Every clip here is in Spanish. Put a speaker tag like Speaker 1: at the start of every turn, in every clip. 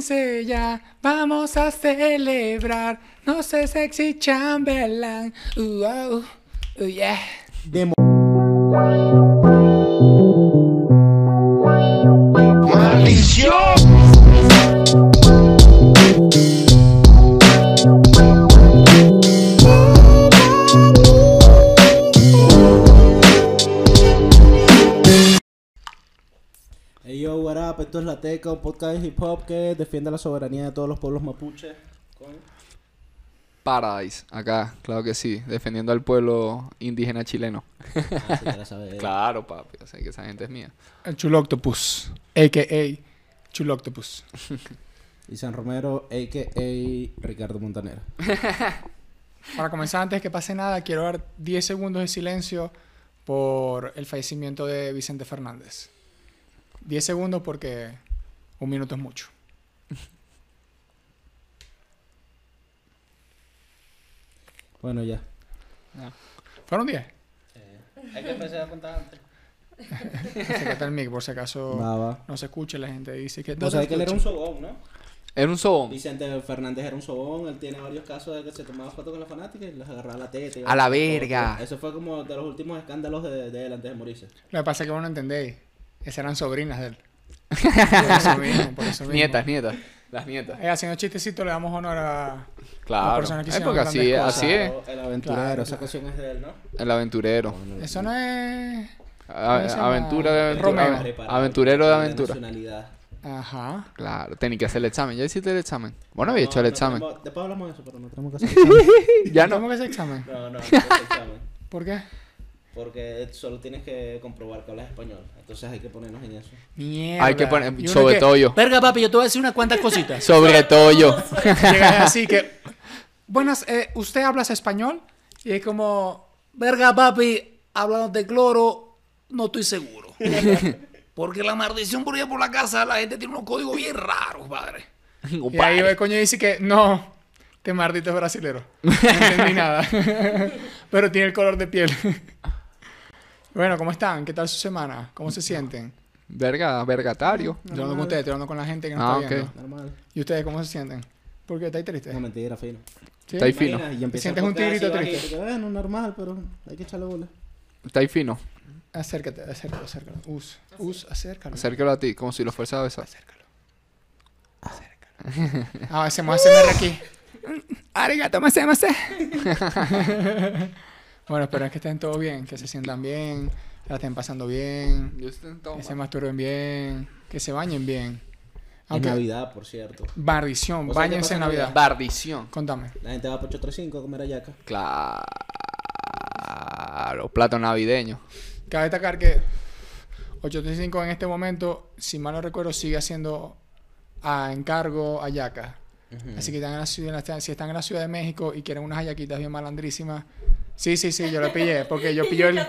Speaker 1: 15 ya, vamos a celebrar. No sé sexy Chamberlain. Uh, oh, uh, yeah.
Speaker 2: Demo. Hey yo, what up? Esto es La Teca, un podcast de hip hop que defiende la soberanía de todos los pueblos mapuches. Con-
Speaker 1: Paradise, acá, claro que sí, defendiendo al pueblo indígena chileno.
Speaker 2: Ah, si quieres saber.
Speaker 1: Claro, papi, o sea que esa gente es mía.
Speaker 3: El Chuloctopus, a.k.a. Chuloctopus.
Speaker 2: Y San Romero, a.k.a. Ricardo Montanera.
Speaker 3: Para comenzar, antes que pase nada, quiero dar 10 segundos de silencio por el fallecimiento de Vicente Fernández. 10 segundos porque un minuto es mucho.
Speaker 2: Bueno, ya.
Speaker 3: ¿Fueron 10?
Speaker 2: Eh, Hay que empezar a contar antes.
Speaker 3: Se corta el mic, por si acaso
Speaker 2: Va, va.
Speaker 3: no se escucha. La gente dice que...
Speaker 2: O sea,
Speaker 3: se
Speaker 2: que él era un
Speaker 3: escucha.
Speaker 2: sobón, ¿no?
Speaker 1: Era un sobón.
Speaker 2: Vicente Fernández era un sobón, él tiene varios casos de que se tomaba fotos con las fanáticas y les agarraba la teta. y-
Speaker 1: A la verga.
Speaker 2: Eso fue como de los últimos escándalos de, de él antes de morirse.
Speaker 3: Lo que pasa es que vos no entendéis. Esas eran sobrinas de él. Por eso mismo, por eso mismo.
Speaker 1: Nietas, nietas. Las nietas.
Speaker 3: Eh, haciendo chistecito le damos honor a...
Speaker 1: Claro.
Speaker 3: personas que
Speaker 1: Es
Speaker 3: hicieron
Speaker 1: porque así es,
Speaker 3: grandes
Speaker 1: así es.
Speaker 2: Claro, El aventurero,
Speaker 3: Claro,
Speaker 2: esa canción es de él, ¿no?
Speaker 1: El aventurero.
Speaker 3: Eso no es...
Speaker 1: A-
Speaker 3: ¿Cómo se llama?
Speaker 1: aventura de aventura.
Speaker 3: Romeo.
Speaker 1: aven- Aventurero de aventura.
Speaker 2: nacionalidad.
Speaker 3: Ajá.
Speaker 1: Claro, tenía que hacer el examen. Ya hiciste el examen. Bueno, había
Speaker 2: No,
Speaker 1: hecho el
Speaker 2: no
Speaker 1: examen.
Speaker 2: tenemos- después hablamos de eso, pero no tenemos que hacer el examen.
Speaker 1: Ya
Speaker 3: ¿Cómo
Speaker 1: no.
Speaker 3: que ese examen?
Speaker 2: No, no, no tenemos que hacer examen.
Speaker 3: ¿Por qué?
Speaker 2: Porque solo tienes que comprobar que hablas español. Entonces hay que ponernos en eso.
Speaker 3: Mierda.
Speaker 1: Hay que
Speaker 3: Y
Speaker 1: poner.
Speaker 3: uno
Speaker 1: Sobre
Speaker 3: que
Speaker 1: todo yo.
Speaker 3: Verga, papi, yo te voy a decir unas cuantas cositas.
Speaker 1: Sobre todo yo.
Speaker 3: Llegas así que. Buenas, eh, ¿usted hablas español? Y es como.
Speaker 4: Verga, papi, hablando de cloro, no estoy seguro. Porque la maldición por allá por la casa, la gente tiene unos códigos bien raros, padre.
Speaker 3: Y ahí el coño dice que no, te maldito es brasilero. No entendí nada. Pero tiene el color de piel. Bueno, ¿cómo están? ¿Qué tal su semana? ¿Cómo se sienten?
Speaker 1: Verga, vergatario.
Speaker 3: Yo hablando con ustedes, estoy hablando con la gente que nos
Speaker 1: Ah,
Speaker 3: está
Speaker 1: ok.
Speaker 3: viendo.
Speaker 2: Normal.
Speaker 3: ¿Y ustedes cómo se sienten? ¿Por qué estáis tristes?
Speaker 2: No, mentira, fino.
Speaker 3: ¿Sí?
Speaker 1: Estáis
Speaker 2: Imagina,
Speaker 1: fino.
Speaker 2: Y empieza
Speaker 3: sientes
Speaker 2: el
Speaker 3: un
Speaker 2: podcast
Speaker 3: tigrito
Speaker 2: así
Speaker 3: triste.
Speaker 2: bajito, que Bueno, normal, pero hay que echarle bola.
Speaker 1: Está ahí fino.
Speaker 3: Acércate, acércalo, acércalo. Us, us, acércalo.
Speaker 1: Acércalo a ti, como si lo fueras a besar.
Speaker 3: Ah, se me hace ver aquí. Uh. Arigato, mase, mase. bueno, espero que estén todos bien, que se sientan bien, que la estén pasando bien,
Speaker 1: Yo estoy en todo
Speaker 3: que se
Speaker 1: mal.
Speaker 3: masturben bien, que se bañen bien.
Speaker 2: Es
Speaker 3: Aunque,
Speaker 2: Navidad, por cierto.
Speaker 3: maldición,
Speaker 2: O sea, ¿qué
Speaker 3: bañense
Speaker 2: pasa
Speaker 3: en
Speaker 2: en
Speaker 3: Navidad.
Speaker 1: Bardición.
Speaker 3: Contame.
Speaker 2: La gente va por 835 a comer ayaca.
Speaker 1: Claro. Plato navideño.
Speaker 3: Cabe destacar que 835 en este momento, si mal no recuerdo, sigue haciendo a encargo ayacas. Así que están en la ciudad- en la- si están en la Ciudad de México y quieren unas ayaquitas bien malandrísimas. Sí, sí, sí, yo la pillé, porque yo pillé el...
Speaker 5: Aquí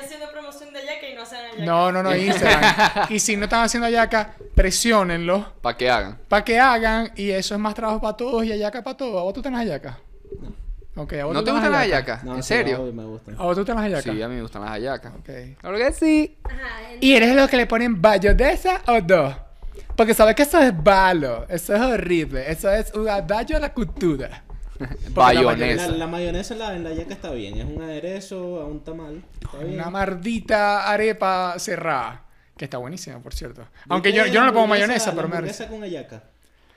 Speaker 5: haciendo promoción de Yaca y no hacen Yaca.
Speaker 3: No, no, no, Instagram. y si no están haciendo ayaca, presiónenlo
Speaker 1: ¿Para qué hagan?
Speaker 3: para que hagan y eso es más trabajo para todos y ayaca para todos. ¿A vos tú tenés ayaca? Ok, ¿a vos
Speaker 1: ¿No
Speaker 3: tú
Speaker 1: te
Speaker 3: tenés
Speaker 1: gustan las hallacas?
Speaker 2: No,
Speaker 1: ¿En
Speaker 2: sí,
Speaker 1: serio?
Speaker 2: obvio, me gusta.
Speaker 3: ¿A vos tú tenés ayaca?
Speaker 1: Sí, a mí me gustan las hallacas.
Speaker 3: Ok.
Speaker 1: Claro que sí.
Speaker 5: Ajá, en-
Speaker 3: ¿Y eres los que le ponen bayonesa o dos? Porque sabes que eso es balo, eso es horrible, eso es un daño a la cultura.
Speaker 2: La,
Speaker 1: Bayonesa.
Speaker 2: la mayonesa en la, en la yaca está bien. Es un aderezo a un tamal. Está bien.
Speaker 3: Una mardita arepa cerrada, que está buenísima, por cierto.
Speaker 2: ¿Viste
Speaker 3: Aunque yo, yo no le pongo
Speaker 2: la
Speaker 3: mayonesa,
Speaker 2: hamburguesa-
Speaker 3: pero
Speaker 2: la
Speaker 3: me
Speaker 2: hamburguesa con ayaca.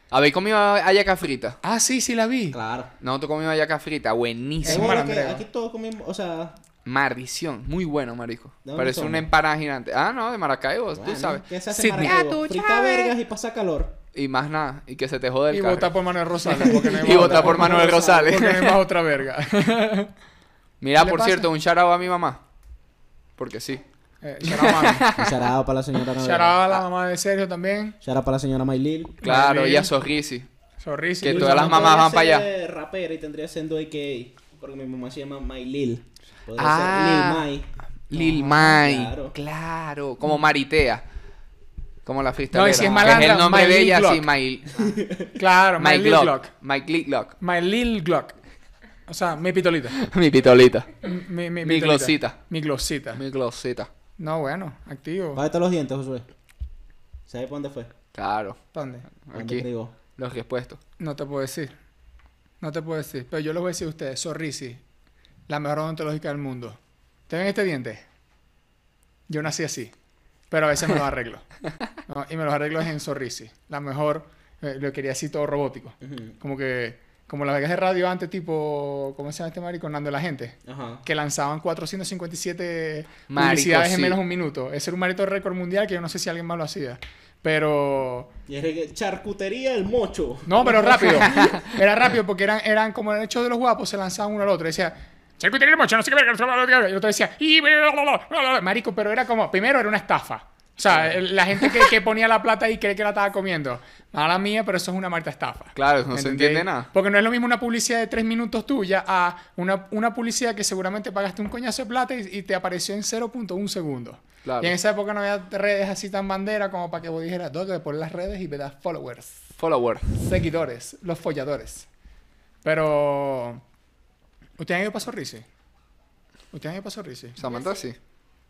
Speaker 1: ¿Habéis comido hallaca frita?
Speaker 3: Ah, sí, sí la vi.
Speaker 2: Claro.
Speaker 1: No, tú comido hallaca frita.
Speaker 2: Es
Speaker 1: Buenísimo.
Speaker 3: Eh.
Speaker 2: bueno que
Speaker 3: malandreo.
Speaker 2: aquí todos comimos, o sea,
Speaker 1: Maldición. Muy bueno, marico.
Speaker 2: dónde
Speaker 1: Parece
Speaker 2: son?
Speaker 1: una empanada gigante. Ah, no, de Maracaibo, tú sabes.
Speaker 2: ¿qué se hace en
Speaker 3: Sydney.
Speaker 2: Maracaibo? Frita vergas y pasa calor.
Speaker 1: Y más nada. Y que se te jode el
Speaker 3: Y
Speaker 1: carro.
Speaker 3: vota por Manuel Rosales. Porque no hay
Speaker 1: y
Speaker 3: más
Speaker 1: vota
Speaker 3: otra-
Speaker 1: por Manuel Rosales.
Speaker 3: Porque no hay más otra verga.
Speaker 1: Mira,
Speaker 3: ¿Qué le
Speaker 1: por
Speaker 3: pasa?
Speaker 1: cierto, un shout out a mi mamá. Porque sí.
Speaker 3: Eh, shout out, mami.
Speaker 2: Un Charado para la señora
Speaker 3: Shout
Speaker 2: Novela.
Speaker 3: out a la mamá de Sergio también.
Speaker 2: Charado para la señora Maylil.
Speaker 1: Claro,
Speaker 3: Maylin.
Speaker 1: y a Sorrisi.
Speaker 3: Sorrisi.
Speaker 1: Que todas las
Speaker 2: Podría
Speaker 1: mamás van
Speaker 2: ser
Speaker 1: para allá.
Speaker 2: rapera y tendría siendo AKA, porque mi mamá se llama Maylil. Podría
Speaker 1: Ah.
Speaker 2: ser Lil May.
Speaker 1: Lil May. Claro.
Speaker 2: claro.
Speaker 1: Como Maritea. Como la freestyle.
Speaker 3: si es malandra,
Speaker 1: el nombre
Speaker 3: My
Speaker 1: de ella,
Speaker 3: Lil
Speaker 1: sí,
Speaker 3: Glock.
Speaker 1: My,
Speaker 3: Claro,
Speaker 1: my
Speaker 3: My Lil
Speaker 1: Glock.
Speaker 3: Glock.
Speaker 1: My Glick Glock.
Speaker 3: My Lil Glock. O sea, mi pitolita.
Speaker 1: Mi pitolita.
Speaker 3: M- Mi, mi,
Speaker 1: Mi
Speaker 3: pitolita.
Speaker 1: glosita.
Speaker 3: Mi glosita.
Speaker 1: Mi glosita.
Speaker 3: No, bueno, activo.
Speaker 2: Párate los dientes, Josué. ¿Sabes por dónde fue?
Speaker 1: Claro.
Speaker 3: ¿Dónde?
Speaker 2: ¿Dónde
Speaker 1: Aquí.
Speaker 2: digo?
Speaker 1: Los expuestos.
Speaker 3: No te puedo decir. No te puedo decir. Pero yo les voy a decir a ustedes, Sorrisi, la mejor odontológica del mundo. ¿Te ven este diente? Yo nací así. Pero a veces me los arreglo. ¿no? Y me los arreglo es en Sorrisi. La mejor, eh, lo quería así todo robótico. Como que, como las vegas de radio antes, tipo, ¿cómo se llama este marico? Nando la gente.
Speaker 2: Ajá.
Speaker 3: Que lanzaban 457
Speaker 1: Marico,
Speaker 3: publicidades en
Speaker 1: sí.
Speaker 3: menos de un minuto. Ese era un marito récord mundial que yo no sé si alguien más lo hacía. Pero
Speaker 2: Y es que charcutería el mocho.
Speaker 3: no, pero rápido. Era rápido porque eran, eran como el hecho de los guapos, se lanzaban uno al otro. Decía, "Chico, tiene mocho, no sé qué verga, no sé qué verga". Y el otro decía, "Y bla, bla, bla, bla, bla". Marico, pero era como, primero era una estafa. O sea, el- la gente que, que ponía la plata ahí cree que la estaba comiendo. Mala mía, pero eso es una marta estafa.
Speaker 1: Claro, no se
Speaker 3: ¿Entendéis?
Speaker 1: entiende nada.
Speaker 3: Porque no es lo mismo una publicidad de tres minutos tuya a una, una publicidad que seguramente pagaste un coñazo de plata y, y te apareció en 0.1 segundo.
Speaker 1: Claro.
Speaker 3: Y en esa época no había redes así tan bandera como para que vos dijeras, "Dog, por las redes y me das followers
Speaker 1: Follower.
Speaker 3: seguidores, los folladores. Pero. ¿Ustedes han ido para Sorrisi? ¿Ustedes han ido para Sorrisi?
Speaker 1: Samantha sí.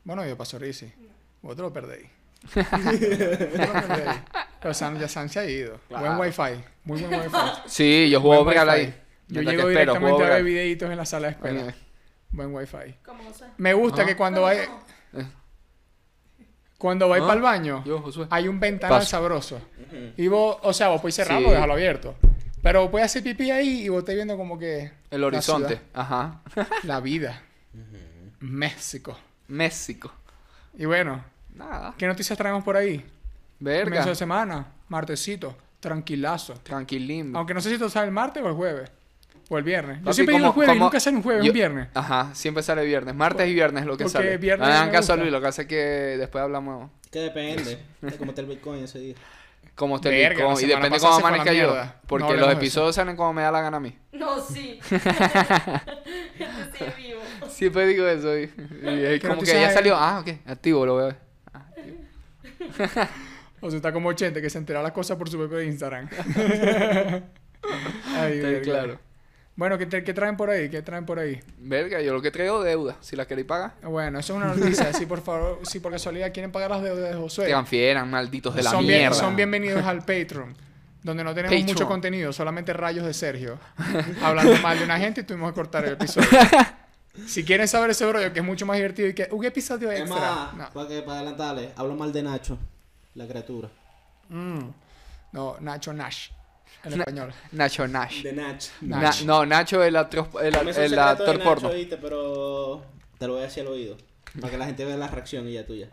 Speaker 3: Bueno, yo para Sorrisi. Vosotros lo perdéis. Vosotros lo perdéis. Pero Sam, ya Sam se ha ido.
Speaker 1: Claro.
Speaker 3: Buen wifi. Muy buen wifi.
Speaker 1: Sí, yo
Speaker 3: Buen
Speaker 1: juego Brawl
Speaker 3: wifi.
Speaker 1: ahí.
Speaker 3: Yo
Speaker 1: Mientras
Speaker 3: llego
Speaker 1: te espero,
Speaker 3: directamente
Speaker 1: juego
Speaker 3: a ver
Speaker 1: Brawl.
Speaker 3: videitos en la sala de espera.
Speaker 1: Oye. ¿Ah?
Speaker 3: Buen wifi.
Speaker 5: Como José.
Speaker 3: Me gusta que cuando
Speaker 5: Pero
Speaker 3: vais
Speaker 5: no.
Speaker 3: cuando vais
Speaker 1: Ah.
Speaker 3: para el baño,
Speaker 1: eh, Yo, Josué.
Speaker 3: hay un ventanal
Speaker 1: Paso.
Speaker 3: sabroso. Y vos, o sea, vos podés cerrarlo,
Speaker 1: Sí.
Speaker 3: dejarlo abierto. Pero puedes hacer pipí ahí y vos estás viendo como que...
Speaker 1: El
Speaker 3: la
Speaker 1: horizonte.
Speaker 3: ciudad,
Speaker 1: Ajá.
Speaker 3: La, vida. México.
Speaker 1: México.
Speaker 3: Y bueno,
Speaker 1: Nada.
Speaker 3: ¿qué noticias traemos por ahí?
Speaker 1: Verga.
Speaker 3: Comienzo de semana, martesito, tranquilazo.
Speaker 1: Tranquilín.
Speaker 3: Aunque no sé si esto sale el martes o el jueves. O el viernes. Yo
Speaker 1: Papi,
Speaker 3: siempre digo
Speaker 1: como-
Speaker 3: el jueves y
Speaker 1: como-
Speaker 3: nunca sale un jueves,
Speaker 1: yo-
Speaker 3: un viernes.
Speaker 1: Ajá, siempre sale viernes. Martes y viernes lo que
Speaker 3: Porque
Speaker 1: sale.
Speaker 3: viernes
Speaker 1: no le dan
Speaker 3: me
Speaker 1: caso a
Speaker 3: gusta.
Speaker 1: Luis, lo que hace es que después hablamos
Speaker 2: Que depende de cómo está el Bitcoin ese día.
Speaker 1: como esté
Speaker 3: Verga,
Speaker 1: el
Speaker 3: la
Speaker 1: Bitcoin. Y
Speaker 3: semana
Speaker 1: depende
Speaker 3: pasada
Speaker 1: cómo
Speaker 3: se fue a la
Speaker 1: amanezca yo.
Speaker 3: mierda. No
Speaker 1: Porque
Speaker 3: hablemos
Speaker 1: los
Speaker 3: de eso.
Speaker 1: episodios salen como me da la gana a mí.
Speaker 5: No, sí. Este sí es vivo.
Speaker 1: Siempre digo eso. Y, y es
Speaker 3: Que
Speaker 1: como
Speaker 3: tú
Speaker 1: que ya
Speaker 3: sabes.
Speaker 1: salió. Ah, ok. Activo, lo voy a ver.
Speaker 3: O sea, está como 80 que se entera las cosas por su propio Instagram. Ay,
Speaker 1: Está
Speaker 3: verga.
Speaker 1: claro.
Speaker 3: Bueno, ¿qué, tra- qué traen por ahí? ¿Qué traen por ahí?
Speaker 1: Verga, yo lo que traigo deuda. Si la queréis pagar,
Speaker 3: Bueno, eso es una noticia. si por favor, si por casualidad quieren pagar las deudas de Josué,
Speaker 1: transfieran, malditos de la
Speaker 3: son, bien-
Speaker 1: mierda.
Speaker 3: son bienvenidos al Patreon, donde no tenemos
Speaker 1: Patreon.
Speaker 3: mucho contenido, solamente rayos de Sergio. Hablando mal de una gente y tuvimos que cortar el episodio. si quieren saber ese brollo, que es mucho más divertido y que un episodio
Speaker 2: Es
Speaker 3: extra.
Speaker 2: más,
Speaker 3: No,
Speaker 2: para, que, para adelantarle, hablo mal de Nacho, la criatura.
Speaker 3: no, Nacho Nash, en español.
Speaker 1: Nacho Nash.
Speaker 2: De Nacho.
Speaker 1: Na-
Speaker 3: Nash.
Speaker 1: no, Nacho el, atro- el,
Speaker 2: Dame esos
Speaker 1: el
Speaker 2: secretos de
Speaker 1: actor
Speaker 2: Nacho,
Speaker 1: porno.
Speaker 2: oíste, pero te lo voy a decir al oído. Para que la gente vea la reacción y ya tuya.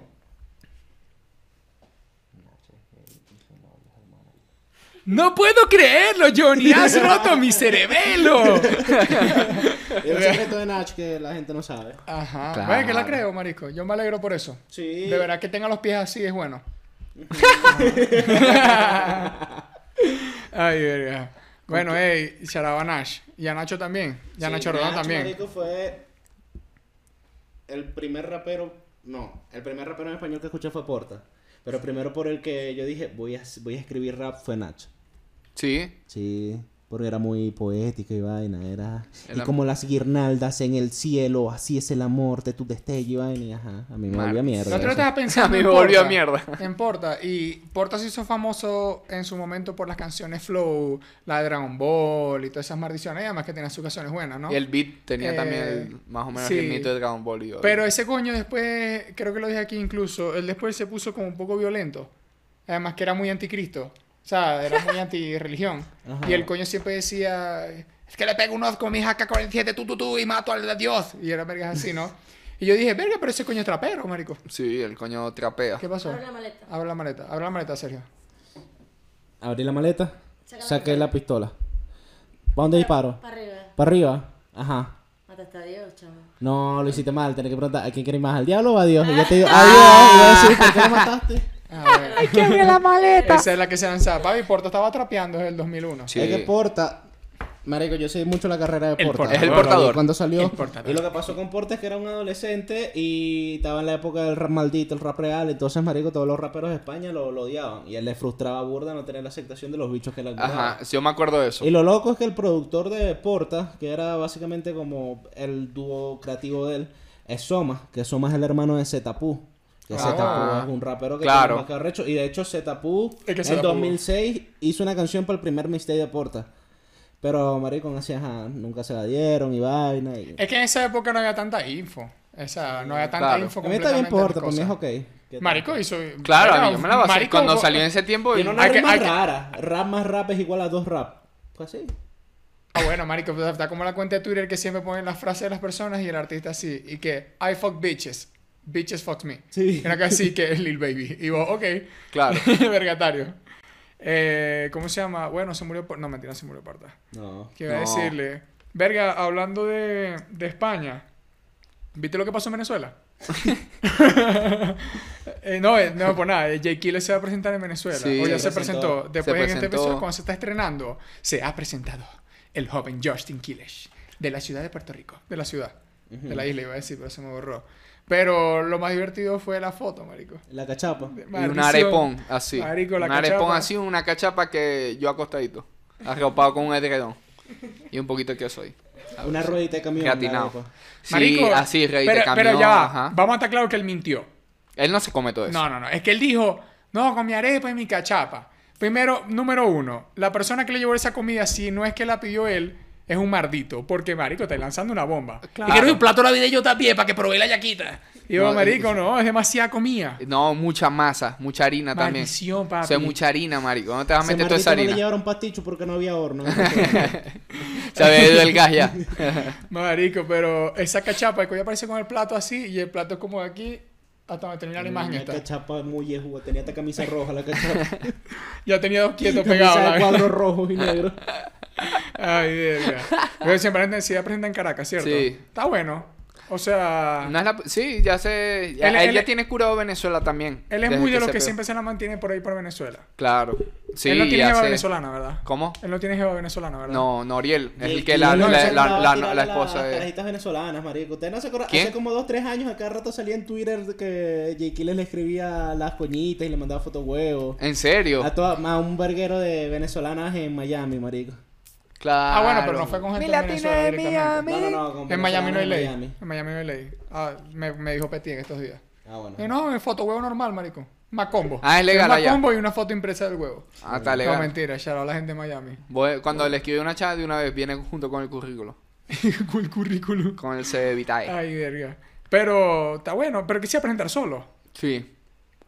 Speaker 3: No puedo creerlo, Johnny. Has roto mi cerebelo.
Speaker 2: Es un secreto de Nacho que la gente no sabe.
Speaker 3: Ajá.
Speaker 1: Claro.
Speaker 3: Bueno, que la creo, marico. Yo me alegro por eso.
Speaker 2: Sí.
Speaker 3: De verdad que tenga los pies así es bueno. Ay, verga. Bueno, hey, Sharaba Nash. Y a Nacho también. Y a
Speaker 2: Sí,
Speaker 3: Nacho Rodón también.
Speaker 2: Marico fue el primer rapero, no, el primer rapero en español que escuché fue Porta. Pero el primero por el que yo dije, voy a, voy a escribir rap fue Nacho.
Speaker 1: Sí.
Speaker 2: Sí, porque era muy poético y vaina, era...
Speaker 1: El
Speaker 2: y
Speaker 1: am-
Speaker 2: como las guirnaldas en el cielo, así es el amor de tu destello y vaina, y ajá, a mí me
Speaker 1: Mar-
Speaker 2: volvió
Speaker 3: La
Speaker 2: mierda.
Speaker 3: otra
Speaker 2: eso.
Speaker 3: estaba pensando.
Speaker 1: Me
Speaker 3: en
Speaker 1: volvió
Speaker 3: Porta.
Speaker 1: a mierda.
Speaker 3: En Porta. Y Porta se hizo famoso en su momento por las canciones Flow, la de Dragon Ball y todas esas maldiciones. Y además que tenía sus canciones buenas, ¿no?
Speaker 1: Y el beat tenía
Speaker 3: Eh,
Speaker 1: también el- más o menos
Speaker 3: sí.
Speaker 1: el mito de Dragon Ball. y-
Speaker 3: Pero ese coño después, creo que lo dije aquí incluso, él después se puso como un poco violento. Además que era muy anticristo. O sea, era muy antirreligión.
Speaker 2: Ajá.
Speaker 3: Y el coño siempre decía, es que le pego un oz con mi AK-47, tú, tú, tú, y mato al dios. Y era vergas así, ¿no? Y yo dije, verga, pero ese coño es trapero, marico.
Speaker 1: Sí, el coño trapea.
Speaker 3: ¿Qué pasó?
Speaker 5: Abre la maleta.
Speaker 3: Abre la maleta, abre la maleta, Sergio.
Speaker 2: Abrí la maleta,
Speaker 5: Saca la
Speaker 2: saqué
Speaker 5: pistola.
Speaker 2: la pistola. ¿Para dónde disparo?
Speaker 5: Para arriba.
Speaker 2: ¿Para arriba? Ajá.
Speaker 5: Mataste a Dios, chamo.
Speaker 2: No, lo hiciste mal, tenés que preguntar, ¿a quién querés más? ¿Al diablo o a Dios? Y yo te digo,
Speaker 1: Ah.
Speaker 2: a Dios, y voy a decir, ¿por qué lo mataste?
Speaker 3: Hay que abrir la maleta. Esa es la que se lanzaba. Papi, Porta estaba trapeando desde el 2001.
Speaker 1: Sí.
Speaker 2: Es que Porta. Marico, yo sé mucho la carrera de
Speaker 3: El
Speaker 2: Porta.
Speaker 3: portador. Es el
Speaker 1: portador.
Speaker 2: Cuando salió.
Speaker 3: El portador.
Speaker 2: Y lo que pasó con Porta es que era un adolescente y estaba en la época del rap maldito, el rap real. Entonces, Marico, todos los raperos de España lo, lo odiaban. Y él le frustraba a burda no tener la aceptación de los bichos que le
Speaker 1: Ajá, sí, yo me acuerdo de eso.
Speaker 2: Y lo loco es que el productor de Porta, que era básicamente como el dúo creativo de él, es Soma, que Soma es el hermano de Zetapú. Que
Speaker 3: Ah.
Speaker 2: Zetapú es un rapero que
Speaker 1: Claro.
Speaker 2: tiene más arrecho. Y de hecho, Zetapú
Speaker 3: Es que
Speaker 2: en
Speaker 3: Zetapú.
Speaker 2: 2006 hizo una canción para el primer Mistake de Porta. Pero Maricón hacía, ajá, "Ah, nunca se la dieron y vaina. Y...
Speaker 3: Es que en esa época no había tanta info. Esa, no había tanta
Speaker 1: Claro.
Speaker 3: info.
Speaker 2: A mí está bien
Speaker 3: completamente
Speaker 2: Porta, para mí
Speaker 3: rocosa.
Speaker 2: es ok. ¿Qué tal?
Speaker 3: Marico hizo.
Speaker 1: Claro, a mí
Speaker 3: Marico,
Speaker 1: yo me la basé.
Speaker 3: marico,
Speaker 1: Cuando
Speaker 3: vos-
Speaker 1: salió en ese tiempo. y-
Speaker 2: Tiene una
Speaker 3: Hay que-
Speaker 2: rima
Speaker 3: hay que-
Speaker 2: rara. Rap más rap es igual a dos rap. Pues así.
Speaker 3: Ah, bueno, marico, pues, está como la cuenta de Twitter que siempre ponen las frases de las personas y el artista así. Y que, I fuck bitches. Bitches fuck me.
Speaker 2: Sí.
Speaker 3: Era que así que es Lil Baby. Y vos, ok.
Speaker 1: Claro.
Speaker 3: Vergatario. Eh, ¿Cómo se llama? Bueno, se murió. Por... No, mentira, se murió Parta.
Speaker 2: No.
Speaker 3: Que
Speaker 1: No.
Speaker 3: iba a decirle. Verga, hablando de, de España. ¿Viste lo que pasó en Venezuela? Eh, no, eh, no, pues nada, eh, Jay Killer se va a presentar en Venezuela.
Speaker 1: Sí,
Speaker 3: o ya
Speaker 2: se
Speaker 3: se
Speaker 2: presentó.
Speaker 3: presentó. Después
Speaker 1: Se
Speaker 3: en este
Speaker 1: presentó.
Speaker 3: episodio, cuando se está estrenando, se ha presentado el joven Justin Quiles de la ciudad de Puerto Rico. De la ciudad. De la isla, iba a decir, pero se me borró. Pero lo más divertido fue la foto, marico.
Speaker 2: La cachapa.
Speaker 3: De-
Speaker 1: Y un
Speaker 3: Mauricio-
Speaker 1: arepón así.
Speaker 3: Marico, la
Speaker 1: un arepón
Speaker 3: cachapa.
Speaker 1: así, una cachapa que yo acostadito. Arropado con un edredón. Y un poquito de queso ahí.
Speaker 2: Una ruedita de camión.
Speaker 1: Gatinado.
Speaker 2: marico.
Speaker 1: Sí, así, rey de
Speaker 3: pero,
Speaker 1: camión.
Speaker 3: pero ya va,
Speaker 1: ajá.
Speaker 3: vamos a estar claro que él mintió.
Speaker 1: Él no se come todo eso.
Speaker 3: No, no, no. Es que él dijo, no, con mi arepa y mi cachapa. Primero, número uno, la persona que le llevó esa comida, si no es que la pidió él, es un mardito. Porque, marico, está lanzando una bomba.
Speaker 5: Y quiero un plato navideño también para que probé la yaquita.
Speaker 3: Y yo,
Speaker 1: No, Eh.
Speaker 3: marico, no, es demasiada comida.
Speaker 1: No, mucha masa, mucha harina también.
Speaker 3: Maldición,
Speaker 1: O
Speaker 3: papi.
Speaker 1: sea, mucha harina, marico. No te vas a
Speaker 2: Ese
Speaker 1: meter toda
Speaker 2: maldito
Speaker 1: esa
Speaker 2: no le
Speaker 1: harina.
Speaker 2: llevaron pasticho porque no había horno.
Speaker 1: Se había ido el gas ya.
Speaker 3: Marico, pero esa cachapa, el coño aparece con el plato así y el plato es como de aquí hasta donde termina
Speaker 1: Mm,
Speaker 3: la imagen.
Speaker 2: La
Speaker 3: Está.
Speaker 2: cachapa muy yejuda. Tenía esta camisa roja, la cachapa.
Speaker 3: Ya tenía dos quietos pegados.
Speaker 2: Camisa de
Speaker 3: la-
Speaker 2: cuadros rojos y negros.
Speaker 3: Ay, verga. Pero siempre en intensidad presenta en Caracas, ¿cierto?
Speaker 1: Sí.
Speaker 3: Está bueno. O sea...
Speaker 1: No es la- Sí, ya se... ya-
Speaker 3: Ah. Él-
Speaker 1: él,
Speaker 3: él-
Speaker 1: ya tiene curado Venezuela también.
Speaker 3: Él es
Speaker 1: desde
Speaker 3: muy de los
Speaker 1: se
Speaker 3: que
Speaker 1: pegó.
Speaker 3: siempre se la mantiene por ahí por Venezuela.
Speaker 1: Claro. Sí,
Speaker 3: él no tiene
Speaker 1: ya
Speaker 3: jeva
Speaker 1: sé.
Speaker 3: venezolana, ¿verdad?
Speaker 1: ¿Cómo?
Speaker 3: Él no tiene jeva venezolana, ¿verdad?
Speaker 1: No, Noriel. Es el
Speaker 2: Y-
Speaker 1: que
Speaker 2: y
Speaker 1: la,
Speaker 2: no,
Speaker 1: la,
Speaker 2: ese
Speaker 1: la,
Speaker 2: andaba
Speaker 1: la-
Speaker 2: tirando
Speaker 1: la esposa
Speaker 2: Las
Speaker 1: de...
Speaker 2: carajitas venezolanas, marico. Usted no se acuerda,
Speaker 1: ¿Quién?
Speaker 2: hace como dos, tres años, a cada rato salía en Twitter de que J. Killer le escribía las coñitas y le mandaba fotos huevos.
Speaker 1: ¿En serio?
Speaker 2: A, toda, a un verguero de venezolanas en Miami, marico.
Speaker 1: Claro.
Speaker 3: Ah, bueno, pero no fue con gente de Venezuela
Speaker 2: No,
Speaker 3: directamente.
Speaker 2: no, no. con
Speaker 3: En Miami no
Speaker 2: venezolanas
Speaker 3: hay ley.
Speaker 2: en Miami.
Speaker 3: En Miami no hay ley. Ah, me, me dijo Petit en estos días.
Speaker 2: Ah, bueno.
Speaker 3: Y no, en foto huevo normal, marico. Macombo.
Speaker 1: Ah, es legal
Speaker 3: Un
Speaker 1: allá.
Speaker 3: Macombo y una foto impresa del huevo.
Speaker 1: Ah, está
Speaker 3: No,
Speaker 1: legal.
Speaker 3: mentira, ya a la gente de Miami.
Speaker 1: Voy- cuando le escribí una chava de una vez, viene junto con el currículo.
Speaker 3: Con el currículum.
Speaker 1: Con el CV vitae.
Speaker 3: Ay, verga. Pero está bueno, pero quisiera presentar solo.
Speaker 1: Sí.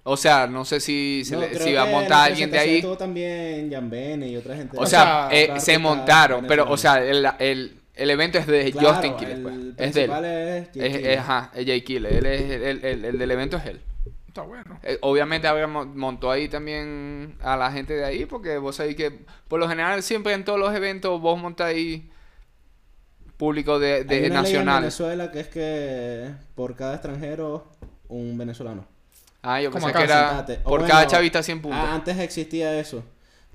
Speaker 1: O sea, no sé si, se
Speaker 2: No,
Speaker 1: le-
Speaker 2: creo
Speaker 1: si va a
Speaker 2: que
Speaker 1: montar
Speaker 2: la
Speaker 1: a alguien de ahí.
Speaker 2: presentación tuvo también Jan Bene y otra gente.
Speaker 1: O sea,
Speaker 3: sea,
Speaker 1: eh,
Speaker 2: Carlos
Speaker 1: se
Speaker 2: está
Speaker 1: montaron,
Speaker 2: en
Speaker 1: pero, o
Speaker 2: España.
Speaker 1: sea, el, el, el evento es de
Speaker 2: Claro,
Speaker 1: Justin Quiles,
Speaker 2: el
Speaker 1: pues. Es de él.
Speaker 2: principal es J.
Speaker 1: Es-
Speaker 2: Killer.
Speaker 1: es- ajá, es Jay Killer. Él es, el, el, el- el del evento es él.
Speaker 3: Está bueno.
Speaker 1: Eh, obviamente había mo- montó ahí también a la gente de ahí, porque vos sabés que por lo general siempre en todos los eventos vos montáis público
Speaker 2: Hay
Speaker 1: de, de
Speaker 2: una ley en
Speaker 1: nacional.
Speaker 2: Venezuela que es que por cada extranjero, un venezolano.
Speaker 1: Ah, yo
Speaker 3: Como
Speaker 1: pensé
Speaker 3: acá,
Speaker 1: que era
Speaker 2: Sentate. O
Speaker 1: por
Speaker 2: bueno, ah,
Speaker 1: cada chavista 100 puntos.
Speaker 2: a- antes existía eso.